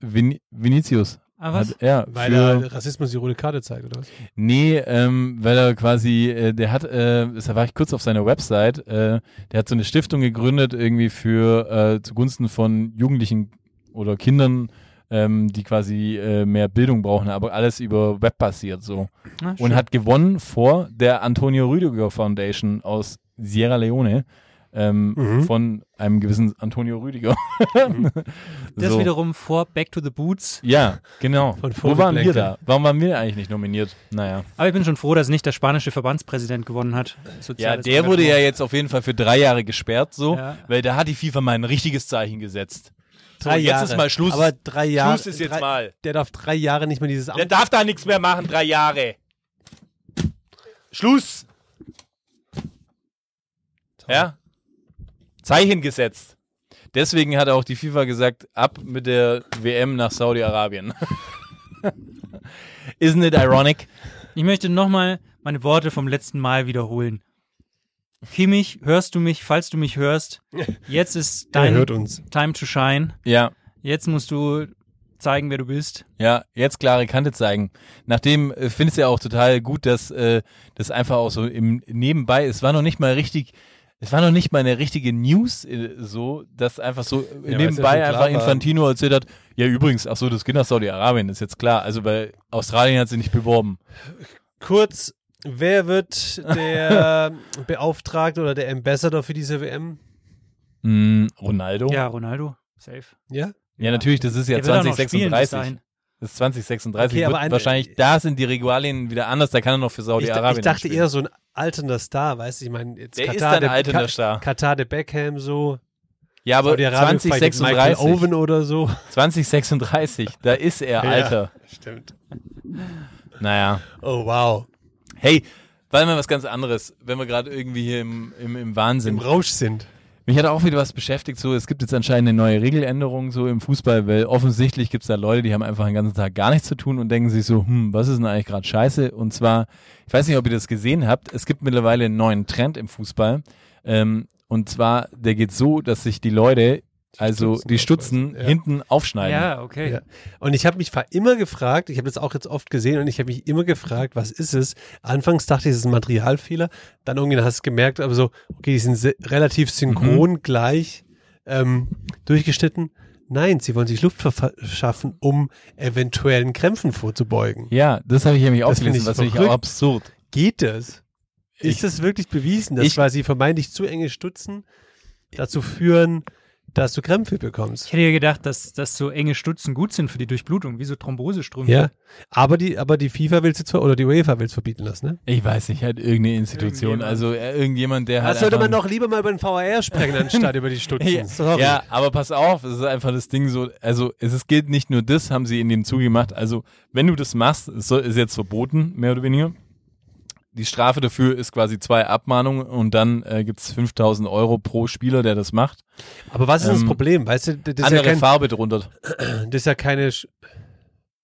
Vin Vinicius.
ah, was?
Hat, ja,
Weil
für,
er Rassismus die rote Karte zeigt, oder was?
nee, ähm, weil er quasi, äh, der hat, äh, da war ich kurz auf seiner Website, äh, der hat so eine Stiftung gegründet, irgendwie für äh, zugunsten von Jugendlichen oder Kindern, ähm, die quasi äh, mehr Bildung brauchen, aber alles über Web basiert so.
Na,
Und
schön.
hat gewonnen vor der Antonio Rüdiger Foundation aus Sierra Leone. Ähm,
Mhm.
Von einem gewissen Antonio Rüdiger.
Mhm.
(laughs)
das
So.
wiederum vor Back to the Boots.
Ja, genau.
Von
Wo waren wir
Vogelblenker.
da? Warum waren wir eigentlich nicht nominiert? Naja.
Aber ich bin schon froh, dass nicht der spanische Verbandspräsident gewonnen hat.
Ja,
Soziales
der wurde ja
Engagement.
jetzt auf jeden Fall für drei Jahre gesperrt, so,
Ja.
weil da hat die FIFA mal ein richtiges Zeichen gesetzt.
Drei
jetzt
Jahre.
ist mal Schluss.
Aber drei Jahre.
Schluss ist jetzt
drei,
mal.
Der darf drei Jahre nicht mehr dieses Amt.
Der darf da nichts mehr machen, drei Jahre. Schluss. Ja? Zeichen gesetzt. Deswegen hat auch die FIFA gesagt, ab mit der WM nach Saudi-Arabien. (laughs) Isn't it ironic?
Ich möchte nochmal meine Worte vom letzten Mal wiederholen. Kimmich, hörst du mich, falls du
(laughs)
mich hörst, jetzt ist
Er
dein
hört uns.
Time to shine.
Ja,
Jetzt musst du zeigen, wer du bist.
ja, jetzt klare Kante zeigen. Nachdem äh, findest du ja auch total gut, dass äh, das einfach auch so im nebenbei, es war noch nicht mal richtig, es war noch nicht mal eine richtige News äh, so, dass einfach so äh,
Ja, weil es ja
nebenbei
schon klar
einfach
war.
Infantino erzählt hat, ja übrigens, ach so, das geht nach Saudi-Arabien, ist jetzt klar. Also bei Australien hat sie nicht beworben.
Kurz, wer wird
(laughs)
der Beauftragte oder der Ambassador für diese WM?
Hm, Ronaldo?
Ja, Ronaldo. Safe.
Ja?
Ja, natürlich, das ist ja
Der wird auch noch
2036.
spielen bis dahin.
Das ist 2036
Okay,
wird
aber ein-
wahrscheinlich, da sind die Regularien wieder anders, da kann er noch für
Ich, ich
Saudi-Arabien
dachte
spielen.
eher so ein alternder Star, weißt du? Ich meine, jetzt
Der ist
Katar,
ein alternder
Ka-
Star.
Katar de Beckham so.
Ja, aber
Saudi-Arabien vielleicht mit Michael
2036,
Owen oder so.
2036, da ist er, Alter.
Stimmt.
Naja.
Oh, wow.
Hey, weil mal was ganz anderes, wenn wir gerade irgendwie hier im, im, im Wahnsinn.
Im Rausch sind.
Mich hat auch wieder was beschäftigt, so es gibt jetzt anscheinend eine neue Regeländerung so im Fußball, weil offensichtlich gibt es da Leute, die haben einfach den ganzen Tag gar nichts zu tun und denken sich so, hm, was ist denn eigentlich gerade scheiße? Und zwar, ich weiß nicht, ob ihr das gesehen habt, es gibt mittlerweile einen neuen Trend im Fußball. Ähm, und zwar, der geht so, dass sich die Leute, also
Stutzen
die Stutzen,
aufschneiden. Ja.
hinten aufschneiden.
Ja, okay.
Ja. Und ich habe mich ver- immer gefragt, ich habe das auch jetzt oft gesehen und ich habe mich immer gefragt, was ist es? Anfangs dachte ich, es ist ein Materialfehler, dann irgendwie hast du gemerkt, aber so, okay, die sind se- relativ synchron
Mhm.
gleich ähm, durchgeschnitten. Nein, sie wollen sich Luft verfa- verschaffen, um eventuellen Krämpfen vorzubeugen.
Ja, das habe ich nämlich auch
Das find
gelesen,
ich
was finde ich
verrückt.
auch absurd.
Geht das? Ist
Ich-
das wirklich bewiesen, dass
ich-
quasi vermeintlich zu enge Stutzen dazu führen, dass du Krämpfe bekommst?
Ich hätte ja gedacht, dass, dass so enge Stutzen gut sind für die Durchblutung, wie so Thrombosestrümpfe.
Ja, aber die, aber die FIFA will es jetzt ver- oder die UEFA will es verbieten lassen, ne?
Ich weiß nicht, halt irgendeine Institution,
Irgendjemand.
also äh, irgendjemand, der halt
Das sollte
einfach-
Also man doch lieber mal über den
(laughs)
VAR sprechen, anstatt über die Stutzen.
Ja,
Sorry.
ja, aber pass auf, es ist einfach das Ding so, also es ist, gilt nicht nur das, haben sie in dem Zuge gemacht, also wenn du das machst, es soll, ist jetzt verboten, mehr oder weniger. Die Strafe dafür ist quasi zwei Abmahnungen und dann äh, gibt's 5000 Euro pro Spieler, der das macht.
Aber was ist das
Ähm,
Problem? Weißt du, das ist, ja
Andere
kein,
Farbe drunter.
das ist ja keine. Sch-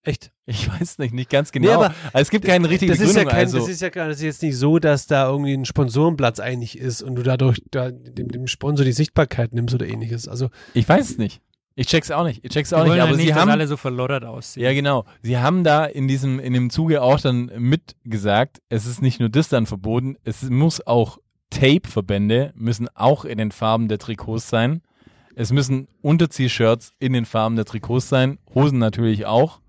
Echt?
Ich weiß nicht, nicht ganz genau.
aber
aber es gibt keinen richtigen
Das ist, ja
Begründung.
kein,
also,
das ist ja gar- das ist jetzt nicht so, dass da irgendwie ein Sponsorenplatz eigentlich ist und du dadurch da dem, dem Sponsor die Sichtbarkeit nimmst oder ähnliches. Also
ich weiß es nicht. Ich check's auch nicht. Ich check's
Die
auch
wollen
nicht,
ja
aber
nicht,
sie
dass
haben
alle so verloddert aussehen.
Ja, genau. Sie haben da in diesem, in dem Zuge auch dann mitgesagt, es ist nicht nur das dann verboten, es muss auch Tape-Verbände müssen auch in den Farben der Trikots sein. Es müssen Unterzieh-Shirts in den Farben der Trikots sein, Hosen natürlich auch.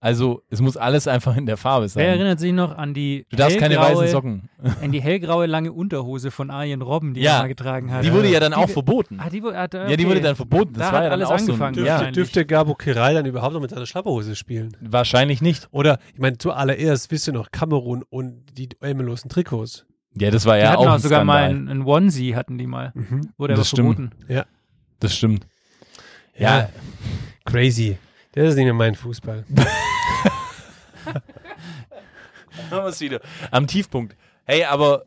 Also es muss alles einfach in der Farbe
Wer
sein.
erinnert sich noch an die
Du darfst keine
hellgraue-
weißen Socken.
(laughs) an die hellgraue lange Unterhose von Arjen Robben, die
Ja.
er mal getragen hat.
Die wurde ja dann auch
Die-
verboten.
Ah, die, wurde- ah, okay.
Ja, die wurde dann verboten. Das
Da
war
hat
ja dann
alles
auch so ein-
angefangen.
Dürfte-
dürfte,
wahrscheinlich.
dürfte Gabo Kiral dann überhaupt noch mit seiner Schlapperhose spielen.
Wahrscheinlich nicht.
Oder, ich meine, zuallererst wisst ihr noch Kamerun und die ärmellosen Trikots.
Ja, das war
Die
ja
hatten
auch
auch,
ein
sogar mal
Skandal.
einen, einen Onesie, hatten die mal. Wurde
Das
aber
stimmt.
verboten.
Das stimmt. ja,
Ja. Crazy. Das ist nicht mehr mein Fußball.
haben wir es wieder. Am Tiefpunkt. Hey, aber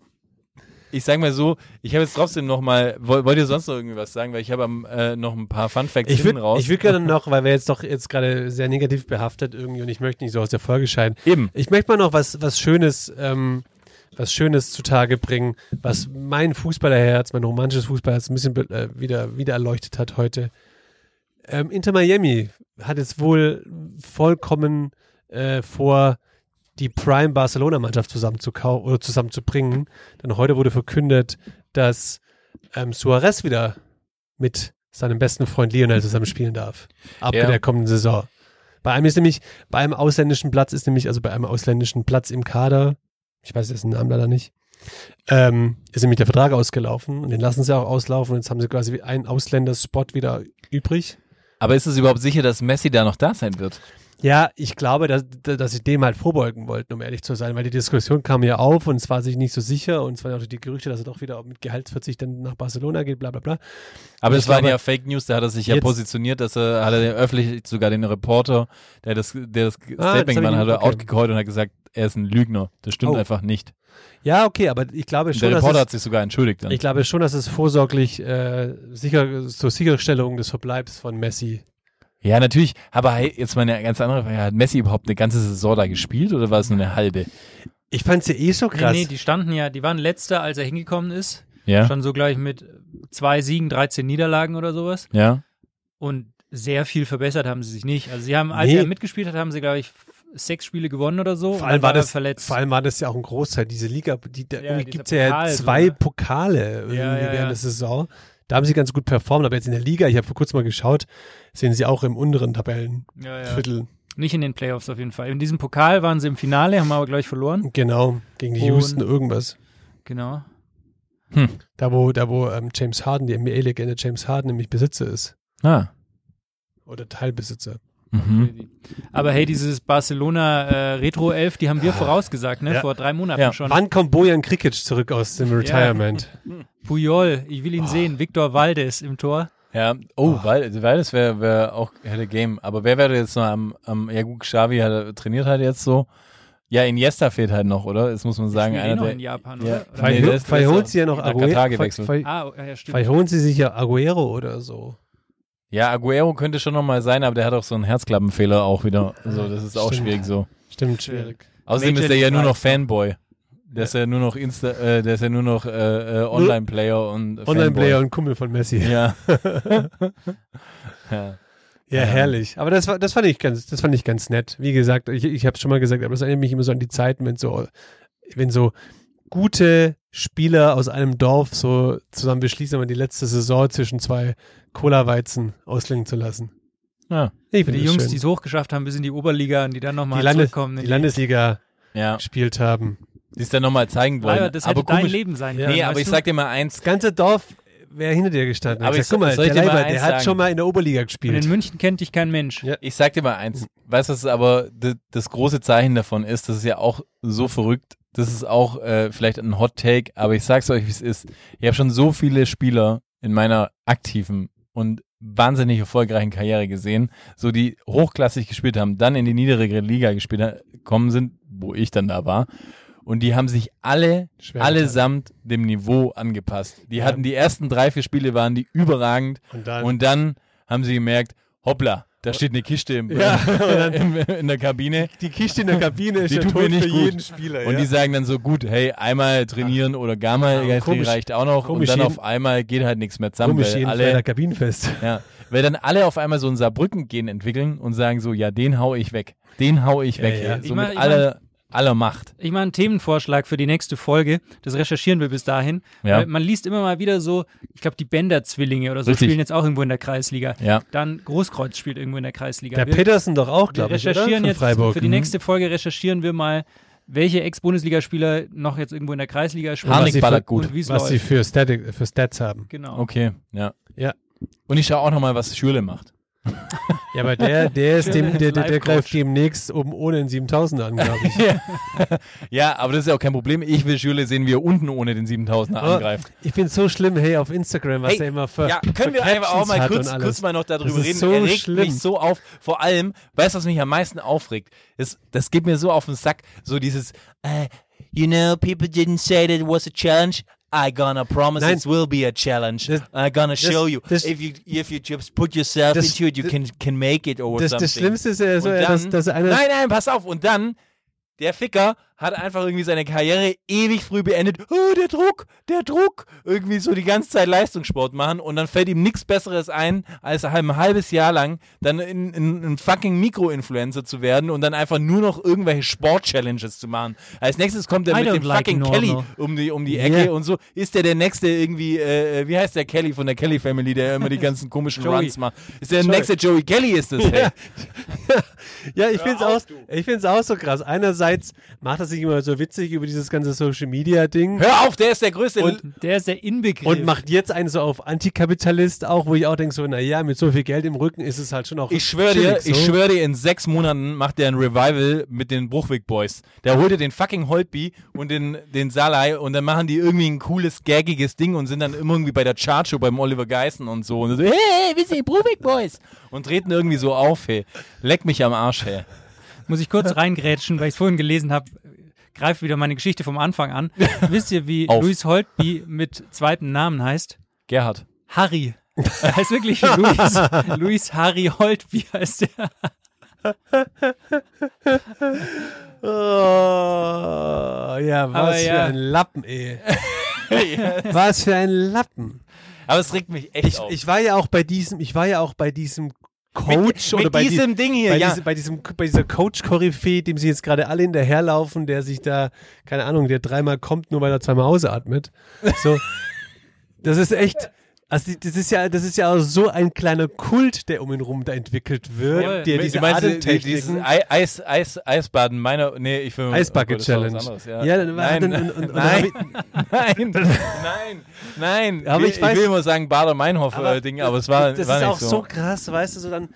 ich sag mal so, ich habe jetzt trotzdem noch mal, woll- wollt ihr sonst noch irgendwie was sagen? Weil ich habe am, äh, noch ein paar Fun Facts
Ich
hinten
würde
raus.
ich würd
(laughs)
gerne noch, weil wir jetzt doch jetzt gerade sehr negativ behaftet irgendwie und ich möchte nicht so aus der Folge scheiden.
Eben.
Ich möchte mal noch was, was Schönes, ähm, was Schönes zutage bringen, was mein Fußballerherz, mein romantisches Fußballherz ein bisschen be- äh, wieder, wieder erleuchtet hat heute. Ähm, Inter Miami hat jetzt wohl vollkommen äh, vor, die Prime Barcelona Mannschaft zusammenzukau oder zusammenzubringen. Denn heute wurde verkündet, dass ähm, Suarez wieder mit seinem besten Freund Lionel zusammen spielen darf. Ab
Ja.
der kommenden Saison. Bei einem ist nämlich, bei einem ausländischen Platz ist nämlich, also bei einem ausländischen Platz im Kader, ich weiß dessen Namen leider nicht, ähm, ist nämlich der Vertrag ausgelaufen und den lassen sie auch auslaufen und jetzt haben sie quasi einen Ausländer-Spot wieder übrig.
Aber ist es überhaupt sicher, dass Messi da noch da sein wird?
Ja, ich glaube, dass, dass sie dem halt vorbeugen wollten, um ehrlich zu sein, weil die Diskussion kam ja auf und es war sich nicht so sicher und es waren auch die Gerüchte, dass er doch wieder mit Gehaltsverzicht dann nach Barcelona geht, bla bla bla.
Aber
Ich
es waren
glaube-
ja Fake News, da hat er sich ja
Jetzt-
positioniert, dass er hat er ja öffentlich sogar den Reporter, der das, der das
das
Statement
Ah, hab ich
gemacht hat,
nicht-
okay.
okay.
outgecallt und hat gesagt, er ist ein Lügner. Das stimmt
Oh.
einfach nicht.
Ja, okay, aber ich glaube
Und
schon,
der
dass
Reporter
es,
hat sich sogar entschuldigt dann.
ich glaube schon, dass es vorsorglich äh, sicher, zur Sicherstellung des Verbleibs von Messi
Ja, natürlich. Aber hey, jetzt mal eine ganz andere Frage. Hat Messi überhaupt eine ganze Saison da gespielt oder war es nur eine halbe?
Ich fand's ja eh so krass.
Nee, nee, die standen ja, die waren letzter, als er hingekommen ist.
Ja.
Schon so gleich mit zwei Siegen, 13 Niederlagen oder sowas.
Ja.
Und sehr viel verbessert haben sie sich nicht. Also sie haben, als
Nee.
er mitgespielt hat, haben sie, glaube ich, f- sechs Spiele gewonnen oder so.
vor
Und dann
allem war
er
das,
verletzt.
vor allem war das ja auch ein Großteil. Diese Liga, die, da
Ja,
irgendwie
dieser
gibt's ja
Pokal, so,
zwei
ne?
Pokale irgendwie
Ja, ja,
während
ja.
der Saison. Da haben sie ganz gut performt, aber jetzt in der Liga, ich habe vor kurzem mal geschaut, sehen sie auch im unteren Tabellenviertel.
ja, ja. Nicht in den Playoffs auf jeden Fall. In diesem Pokal waren sie im Finale, haben aber gleich
Oh.
verloren.
Genau, gegen die
Und-
Houston irgendwas.
Genau.
Da wo, da wo ähm, James Harden, die NBA-Legende James Harden, nämlich Besitzer ist.
Ah.
Oder Teilbesitzer.
Mhm.
Aber hey, dieses Barcelona äh, Retro 11, die haben wir vorausgesagt, ne?
Ja.
Vor drei Monaten
Ja.
schon.
Wann kommt Bojan Krikic zurück aus
(laughs)
dem Retirement?
Puyol, ich will ihn sehen. Victor Valdes im Tor.
Ja. Oh, weil, weil das wäre wär auch hätte Game. Aber wer wäre jetzt noch am, am ja gut, Xavi hat, trainiert halt jetzt so. Ja, Iniesta fehlt halt noch, oder? Das muss man sagen.
Spielen eh
einer
noch
der,
in Japan,
Ja.
oder?
Nee,
Vielleicht
der
hol-
ist-
vielleicht
der ist
holen sie ja noch
nach Katar
Aguero.
gewechselt.
vielleicht-
Ah, ja, stimmt.
Vielleicht holen sie sich ja Aguero oder so.
Ja, Aguero könnte schon nochmal sein, aber der hat auch so einen Herzklappenfehler auch wieder. So, das ist auch
Stimmt.
schwierig so.
Stimmt, schwierig.
Außerdem
Major
ist er ja
League
nur noch
Rights.
Fanboy. Der ist ja nur noch Insta, äh, der ist ja nur noch äh, äh, Online-Player und
Online-Player und Kumpel von Messi. Ja,
Ja. (laughs) ja.
Ähm,
herrlich. Aber das, war, das, fand ich ganz, das fand ich ganz nett. Wie gesagt, ich, ich habe es schon mal gesagt, aber das erinnert mich immer so an die Zeiten, wenn so, wenn so gute Spieler aus einem Dorf so zusammen beschließen, aber die letzte Saison zwischen zwei Cola-Weizen ausklingen zu lassen.
Ja.
Ich
Für
finde
die
das
Jungs, die
schön.
es hochgeschafft haben bis in die Oberliga und die dann
die,
nochmal
Landes
zurückkommen. in
die Landesliga
ja.
gespielt haben.
Die es dann nochmal zeigen wollen.
Leider, das hätte
aber
dein
komisch.
Leben sein können.
Nee, aber
weißt
ich
du?
sag dir mal eins.
Das ganze Dorf wäre hinter dir gestanden.
Aber
ich sag,
ich-
guck mal,
soll ich
der
dir mal
Leiber,
eins
der hat
sagen?
schon mal in der Oberliga
Und
(laughs) gespielt.
in München kennt dich kein Mensch.
Ja.
Ich sag dir mal eins. Weißt du, was aber d- das große Zeichen davon ist? Das ist ja auch so verrückt. Das ist auch äh, vielleicht ein Hot Take, aber ich sag's euch, wie es ist. Ich habe schon so viele Spieler in meiner aktiven und wahnsinnig erfolgreichen Karriere gesehen, so die hochklassig gespielt haben, dann in die niedrigere Liga gespielt ha- gekommen sind, wo ich dann da war. Und die haben sich alle,
Schwer
allesamt dem Niveau angepasst. Die hatten die ersten drei, vier Spiele waren die überragend.
Und dann-
und dann haben sie gemerkt, hoppla, da steht eine Kiste im, (laughs) im, in der Kabine.
Die Kiste in der Kabine
(laughs)
ist
Die
ja
tut
tot
mir nicht
für
gut.
jeden Spieler.
Und
ja.
die sagen dann so, gut, hey, einmal trainieren oder gar mal
Ja,
ja,
komisch-
reicht auch noch. Und
komisch
dann
jeden-
auf einmal geht halt nichts mehr zusammen.
Komisch,
weil
jeden
alle,
Freitag Kabinenfest.
ja, weil dann alle auf einmal so ein Saarbrücken-Gen entwickeln und sagen so, ja, den hau ich weg. Den hau ich weg.
ja.
hier.
Ich
So
mein-
mit
ich
aller, aller Macht.
Ich mache einen Themenvorschlag für die nächste Folge. Das recherchieren wir bis dahin.
Ja.
Weil Man liest immer mal wieder so, ich glaube, die Bender-Zwillinge oder so
Richtig.
spielen jetzt auch irgendwo in der Kreisliga.
Ja.
Dann Großkreuz spielt irgendwo in der Kreisliga.
Der
wir
Petersen doch auch,
wir
glaube ich, oder?
recherchieren
Von
jetzt
Freiburg. Mhm.
für die nächste Folge recherchieren wir mal, welche Ex-Bundesligaspieler noch jetzt irgendwo in der Kreisliga spielen
Harnik
und
ballert gut.
wie es
Was sie
läuft.
für, Static, für Stats haben.
Genau.
Okay, ja.
Ja.
Und ich schaue auch nochmal, was Schürle macht.
Ja, aber der, der ist dem, der, der, der
Live-Coach.
greift demnächst oben ohne den 7000 an, glaube
(laughs)
ich.
Ja, aber das ist ja auch kein Problem. Ich will Schürle sehen, wie er unten ohne den 7000er
Aber
angreift.
Ich bin so schlimm, hey, auf Instagram, was
Hey,
er immer für.
Ja, können
für
wir einfach auch
Captions
mal
hat
kurz,
und alles.
kurz mal noch darüber
Das ist
reden.
so
er regt
schlimm.
mich so auf. Vor allem, weißt du, was mich am meisten aufregt? Das, das geht mir so auf den Sack. So dieses, äh, you know, people didn't say that it was a challenge. I gonna promise
Nein.
it will be a challenge.
Das-
I gonna show you.
das-
if you if you just put yourself
das-
into it, you
das-
can can make it or
Das,
something.
das Schlimmste ist ja so,
Und
ja, dass,
dann-
dass einer.
nein, nein, pass auf. Und dann, der Ficker hat einfach irgendwie seine Karriere ewig früh beendet. Oh, der Druck, der Druck. Irgendwie so die ganze Zeit Leistungssport machen und dann fällt ihm nichts Besseres ein, als ein halbes Jahr lang dann in, in, ein fucking Mikroinfluencer zu werden und dann einfach nur noch irgendwelche Sport-Challenges zu machen. Als nächstes kommt er
I
mit
don't
dem
like
fucking
normal.
Kelly um die, um die Ecke
Ja.
und so. Ist der der nächste irgendwie, äh, wie heißt der Kelly von der Kelly Family, der immer die ganzen komischen
Joey.
Runs macht? Ist der nächste Joey Kelly ist
(laughs)
das, hey.
Ja. ja, ich find's auch, ich find's auch so krass. Einerseits macht er sich immer so witzig über dieses ganze Social Media Ding
Hör auf, der ist der größte.
Der ist der Inbegriff.
und macht jetzt einen so auf Antikapitalist auch, wo ich auch denk so, naja, mit so viel Geld im Rücken ist es halt schon auch.
ich schwöre dir,
chillig
ich
so.
schwöre dir, in sechs Monaten macht er ein Revival mit den Bruchwick Boys. Da holt er den fucking Holtby und den, den Salai und dann machen die irgendwie ein cooles, gaggiges Ding und sind dann immer irgendwie bei der Chartshow beim Oliver Geissen und so. Und so, hey, hey, wir sind die Bruchwick Boys. Und treten irgendwie so auf, hey. Leck mich am Arsch, hey.
Muss ich kurz reingrätschen, weil ich es vorhin gelesen habe. Greift wieder meine Geschichte vom Anfang (laughs) an. Wisst ihr, wie
Auf.
Luis Holtby mit zweitem Namen heißt?
Gerhard.
Harry. Er heißt wirklich Luis, (laughs) Luis Harry Holt. Wie heißt der?
Oh, ja,
Aber
was für
ja.
ein
(laughs)
Lappen, ey. Was für ein Lappen.
Aber es regt mich echt
Ich, ich war ja auch bei diesem, ich war ja auch bei diesem Coach oder
mit
bei die-
diesem Ding hier,
bei,
ja.
diesem, bei diesem, bei dieser Coach-Koryphäe, dem sie jetzt gerade alle hinterherlaufen, der sich da, keine Ahnung, der dreimal kommt, nur weil er zweimal ausatmet.
(laughs)
So, das ist echt, also die- das ist ja, das ist ja auch so ein kleiner Kult, der um ihn rum da entwickelt wird,
Voll.
der
Du
diese
du meinst die- die- dieses
Atemtechniken.
Ei- Eis, Eis, Eisbaden meiner, nee, ich will
Eisbucket Challenge.
Das war was anderes, ja.
Ja, dann war-
nein,
dann- und- und- und dann hab
nein, (laughs) nein, nein, nein.
(laughs) Aber
ich,
ich weiß-
will immer sagen Bader-Meinhof-Ding, äh, aber, es war,
das
war
ist
nicht
auch so. krass, weißt du, so dann,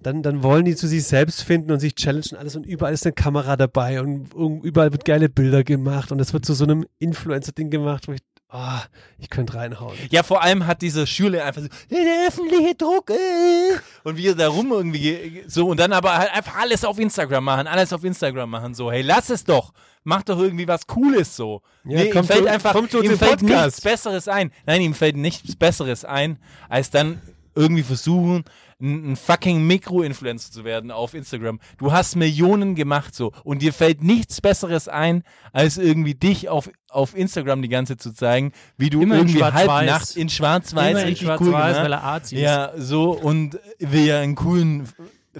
dann, dann wollen die zu sich selbst finden und sich challengen alles und überall ist eine Kamera dabei und irgend- überall wird geile Bilder gemacht und das wird zu so einem Influencer-Ding gemacht, wo ich, oh, ich könnte reinhauen.
Ja, vor allem hat diese Schüler einfach so, "Äh, der öffentliche Druck, äh. Und wir da rum irgendwie, ge- so, und dann aber halt einfach alles auf Instagram machen, alles auf Instagram machen, so, hey, lass es doch, mach doch irgendwie was Cooles so.
Ja,
nee, ihm
kommt
fällt
zu-
einfach,
kommt zu uns
ihm
im
fällt
Podcast.
nichts Besseres ein. Nein, ihm fällt nichts Besseres ein, als dann irgendwie versuchen, ein ein fucking Mikroinfluencer zu werden auf Instagram. Du hast Millionen gemacht so und dir fällt nichts Besseres ein, als irgendwie dich auf, auf Instagram die ganze Zeit zu zeigen, wie du
Immer in
irgendwie
schwarz-weiß.
halb nachts in schwarz-weiß
Immer in
richtig
schwarz-weiß,
cool gemacht.
weil er Arzi ist.
Ja, so und will ja einen coolen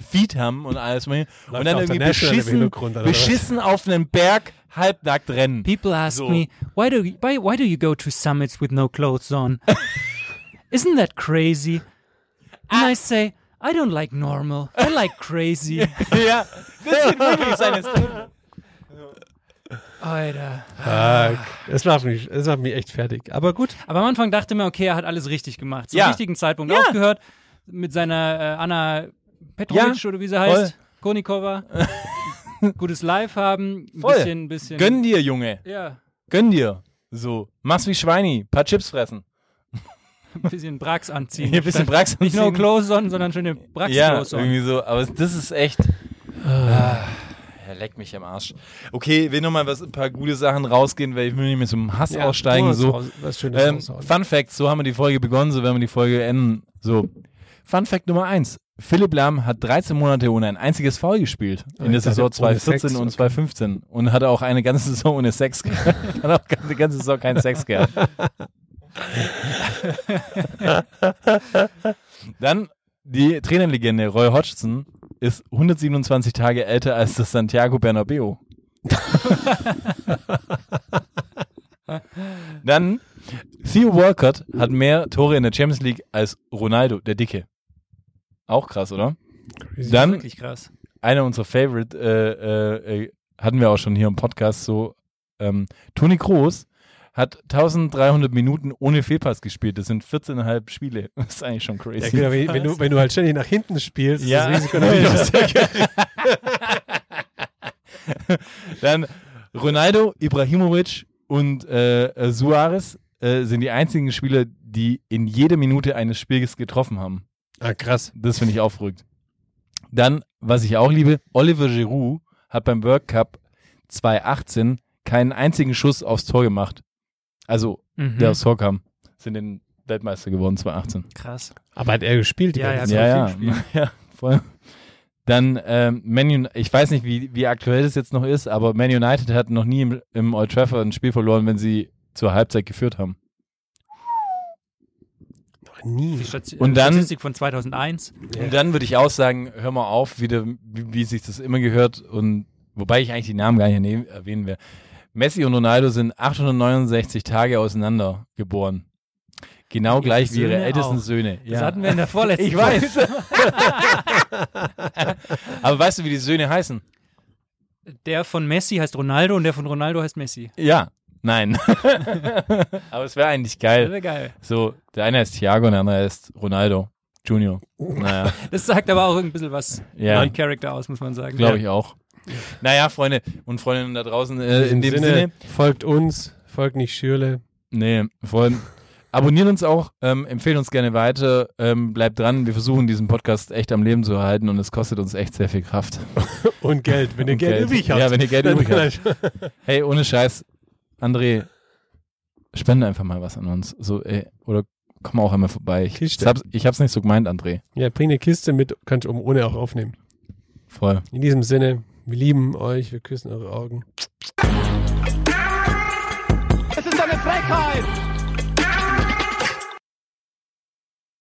Feed haben und alles. Mögliche. Und dann
auch
irgendwie
der National im
beschissen,
Hintergrund, oder was?
beschissen auf einem Berg halbnackt rennen.
People ask
So.
me, why do, you, why, why do you go to summits with no clothes (laughs) on? Isn't that crazy? And I say, I don't like normal. I like crazy.
ja, das sind wirklich seine Story.
(laughs) Alter.
Ah,
Das Ah, macht mich, das macht mich echt fertig. Aber gut,
Aber am Anfang dachte man, okay, er hat alles richtig gemacht. Zum
Ja.
richtigen Zeitpunkt
Ja.
aufgehört mit seiner äh, Anna Petrovic
Ja,
oder wie sie heißt.
(laughs)
Konikova. Gutes Live haben. Ein
Voll.
bisschen, bisschen.
Gönn dir, Junge.
ja,
Gönn dir. So. Mach's wie Schweini. Paar Chips fressen.
ein bisschen Brax anziehen.
Hier (laughs) ein bisschen
Statt-
Brax
Nicht no
anziehen.
clothes on, sondern schöne Brax
Ja,
clothes on.
irgendwie so. Aber das ist echt. Ah, er leckt mich am Arsch. Okay, will nochmal was, ein paar gute Sachen rausgehen, weil ich will nicht mehr zum Hass aussteigen.
was
So.
raus- was Schönes
Ähm,
raushauen.
Fun Fact, so haben wir die Folge begonnen, so werden wir die Folge enden. So. Fun Fact Nummer 1. Philipp Lahm hat 13 Monate ohne ein einziges Foul gespielt in der
ich dachte,
Saison
ohne
2014
Sex,
und
okay.
2015 und hat auch eine ganze Saison ohne Sex gehabt. (laughs) hat auch eine ganze Saison keinen Sex
(laughs)
gehabt. Dann die Trainerlegende Roy Hodgson ist 127 Tage älter als das Santiago Bernabeu. Dann Theo Walcott hat mehr Tore in der Champions League als Ronaldo, der Dicke. Auch krass, oder? Dann
Wirklich krass.
einer unserer Favorite, äh, äh, äh, hatten wir auch schon hier im Podcast, so ähm, Toni Kroos hat 1300 Minuten ohne Fehlpass gespielt. Das sind 14,5 Spiele. Das ist eigentlich schon
ja,
crazy.
genau, wenn, wenn, du, wenn du halt ständig nach hinten spielst, ist
Ja.
das Risiko
(laughs)
natürlich auch sehr gering.
Dann Ronaldo, Ibrahimovic und äh, äh, Suarez äh, sind die einzigen Spieler, die in jeder Minute eines Spiels getroffen haben.
Ah, krass.
Das finde ich auch verrückt. Dann, was ich auch liebe, Oliver Giroud hat beim World Cup 2018 keinen einzigen Schuss aufs Tor gemacht. Also,
Mhm.
der aufs Tor kam. Sind den Weltmeister geworden 2018.
Krass.
Aber hat er gespielt? die
Ja,
ganze
ja,
Zeit?
ja, ja. (laughs) ja voll. Dann ähm, Man United, ich weiß nicht, wie, wie aktuell das jetzt noch ist, aber Man United hat noch nie im, im Old Trafford ein Spiel verloren, wenn sie zur Halbzeit geführt haben.
Noch Oh, nie.
Die Stati
Und dann-
Statistik von 2001.
Ja.
Und dann würde ich auch sagen, hör mal auf, wieder, wie, wie sich das immer gehört und wobei ich eigentlich die Namen gar nicht erne- erwähnen will. Messi und Ronaldo sind 869 Tage auseinander geboren. Genau gleich wie ihre
Söhne
ältesten
auch.
Söhne.
Das hatten wir in der
(laughs)
vorletzten
ich weiß. Aber weißt du, wie die Söhne heißen?
Folge. Der von Messi heißt Ronaldo und der von Ronaldo heißt Messi.
Ja.
(laughs)
Nein. Aber es wäre eigentlich
Das
geil.
wäre geil.
So, der eine ist Thiago und der andere ist Ronaldo Junior. Naja.
Das sagt aber auch ein bisschen was
Ja.
an Charakter aus, muss man sagen.
Glaube ich auch. Naja, Freunde und Freundinnen da draußen, äh, in, dem Sinne,
folgt uns, folgt nicht Schürle.
nee, vor allem, abonniert uns auch, ähm, empfehlt uns gerne weiter, ähm, bleibt dran, wir versuchen diesen Podcast echt am Leben zu erhalten und es kostet uns echt sehr viel Kraft.
Und Geld, wenn ihr
Und
Geld,
Geld.
übrig habt.
Ja, wenn ihr Geld übrig
(laughs) habt.
Hey, ohne Scheiß, André, spende einfach mal was an uns, so, ey, oder komm auch einmal vorbei. Ich, ich,
Kiste.
hab's, ich hab's nicht so gemeint, André.
Ja, bring eine Kiste mit, kannst um ohne auch aufnehmen.
Voll.
In diesem Sinne, wir lieben euch, wir küssen eure Augen.
Es ist eine Frechheit.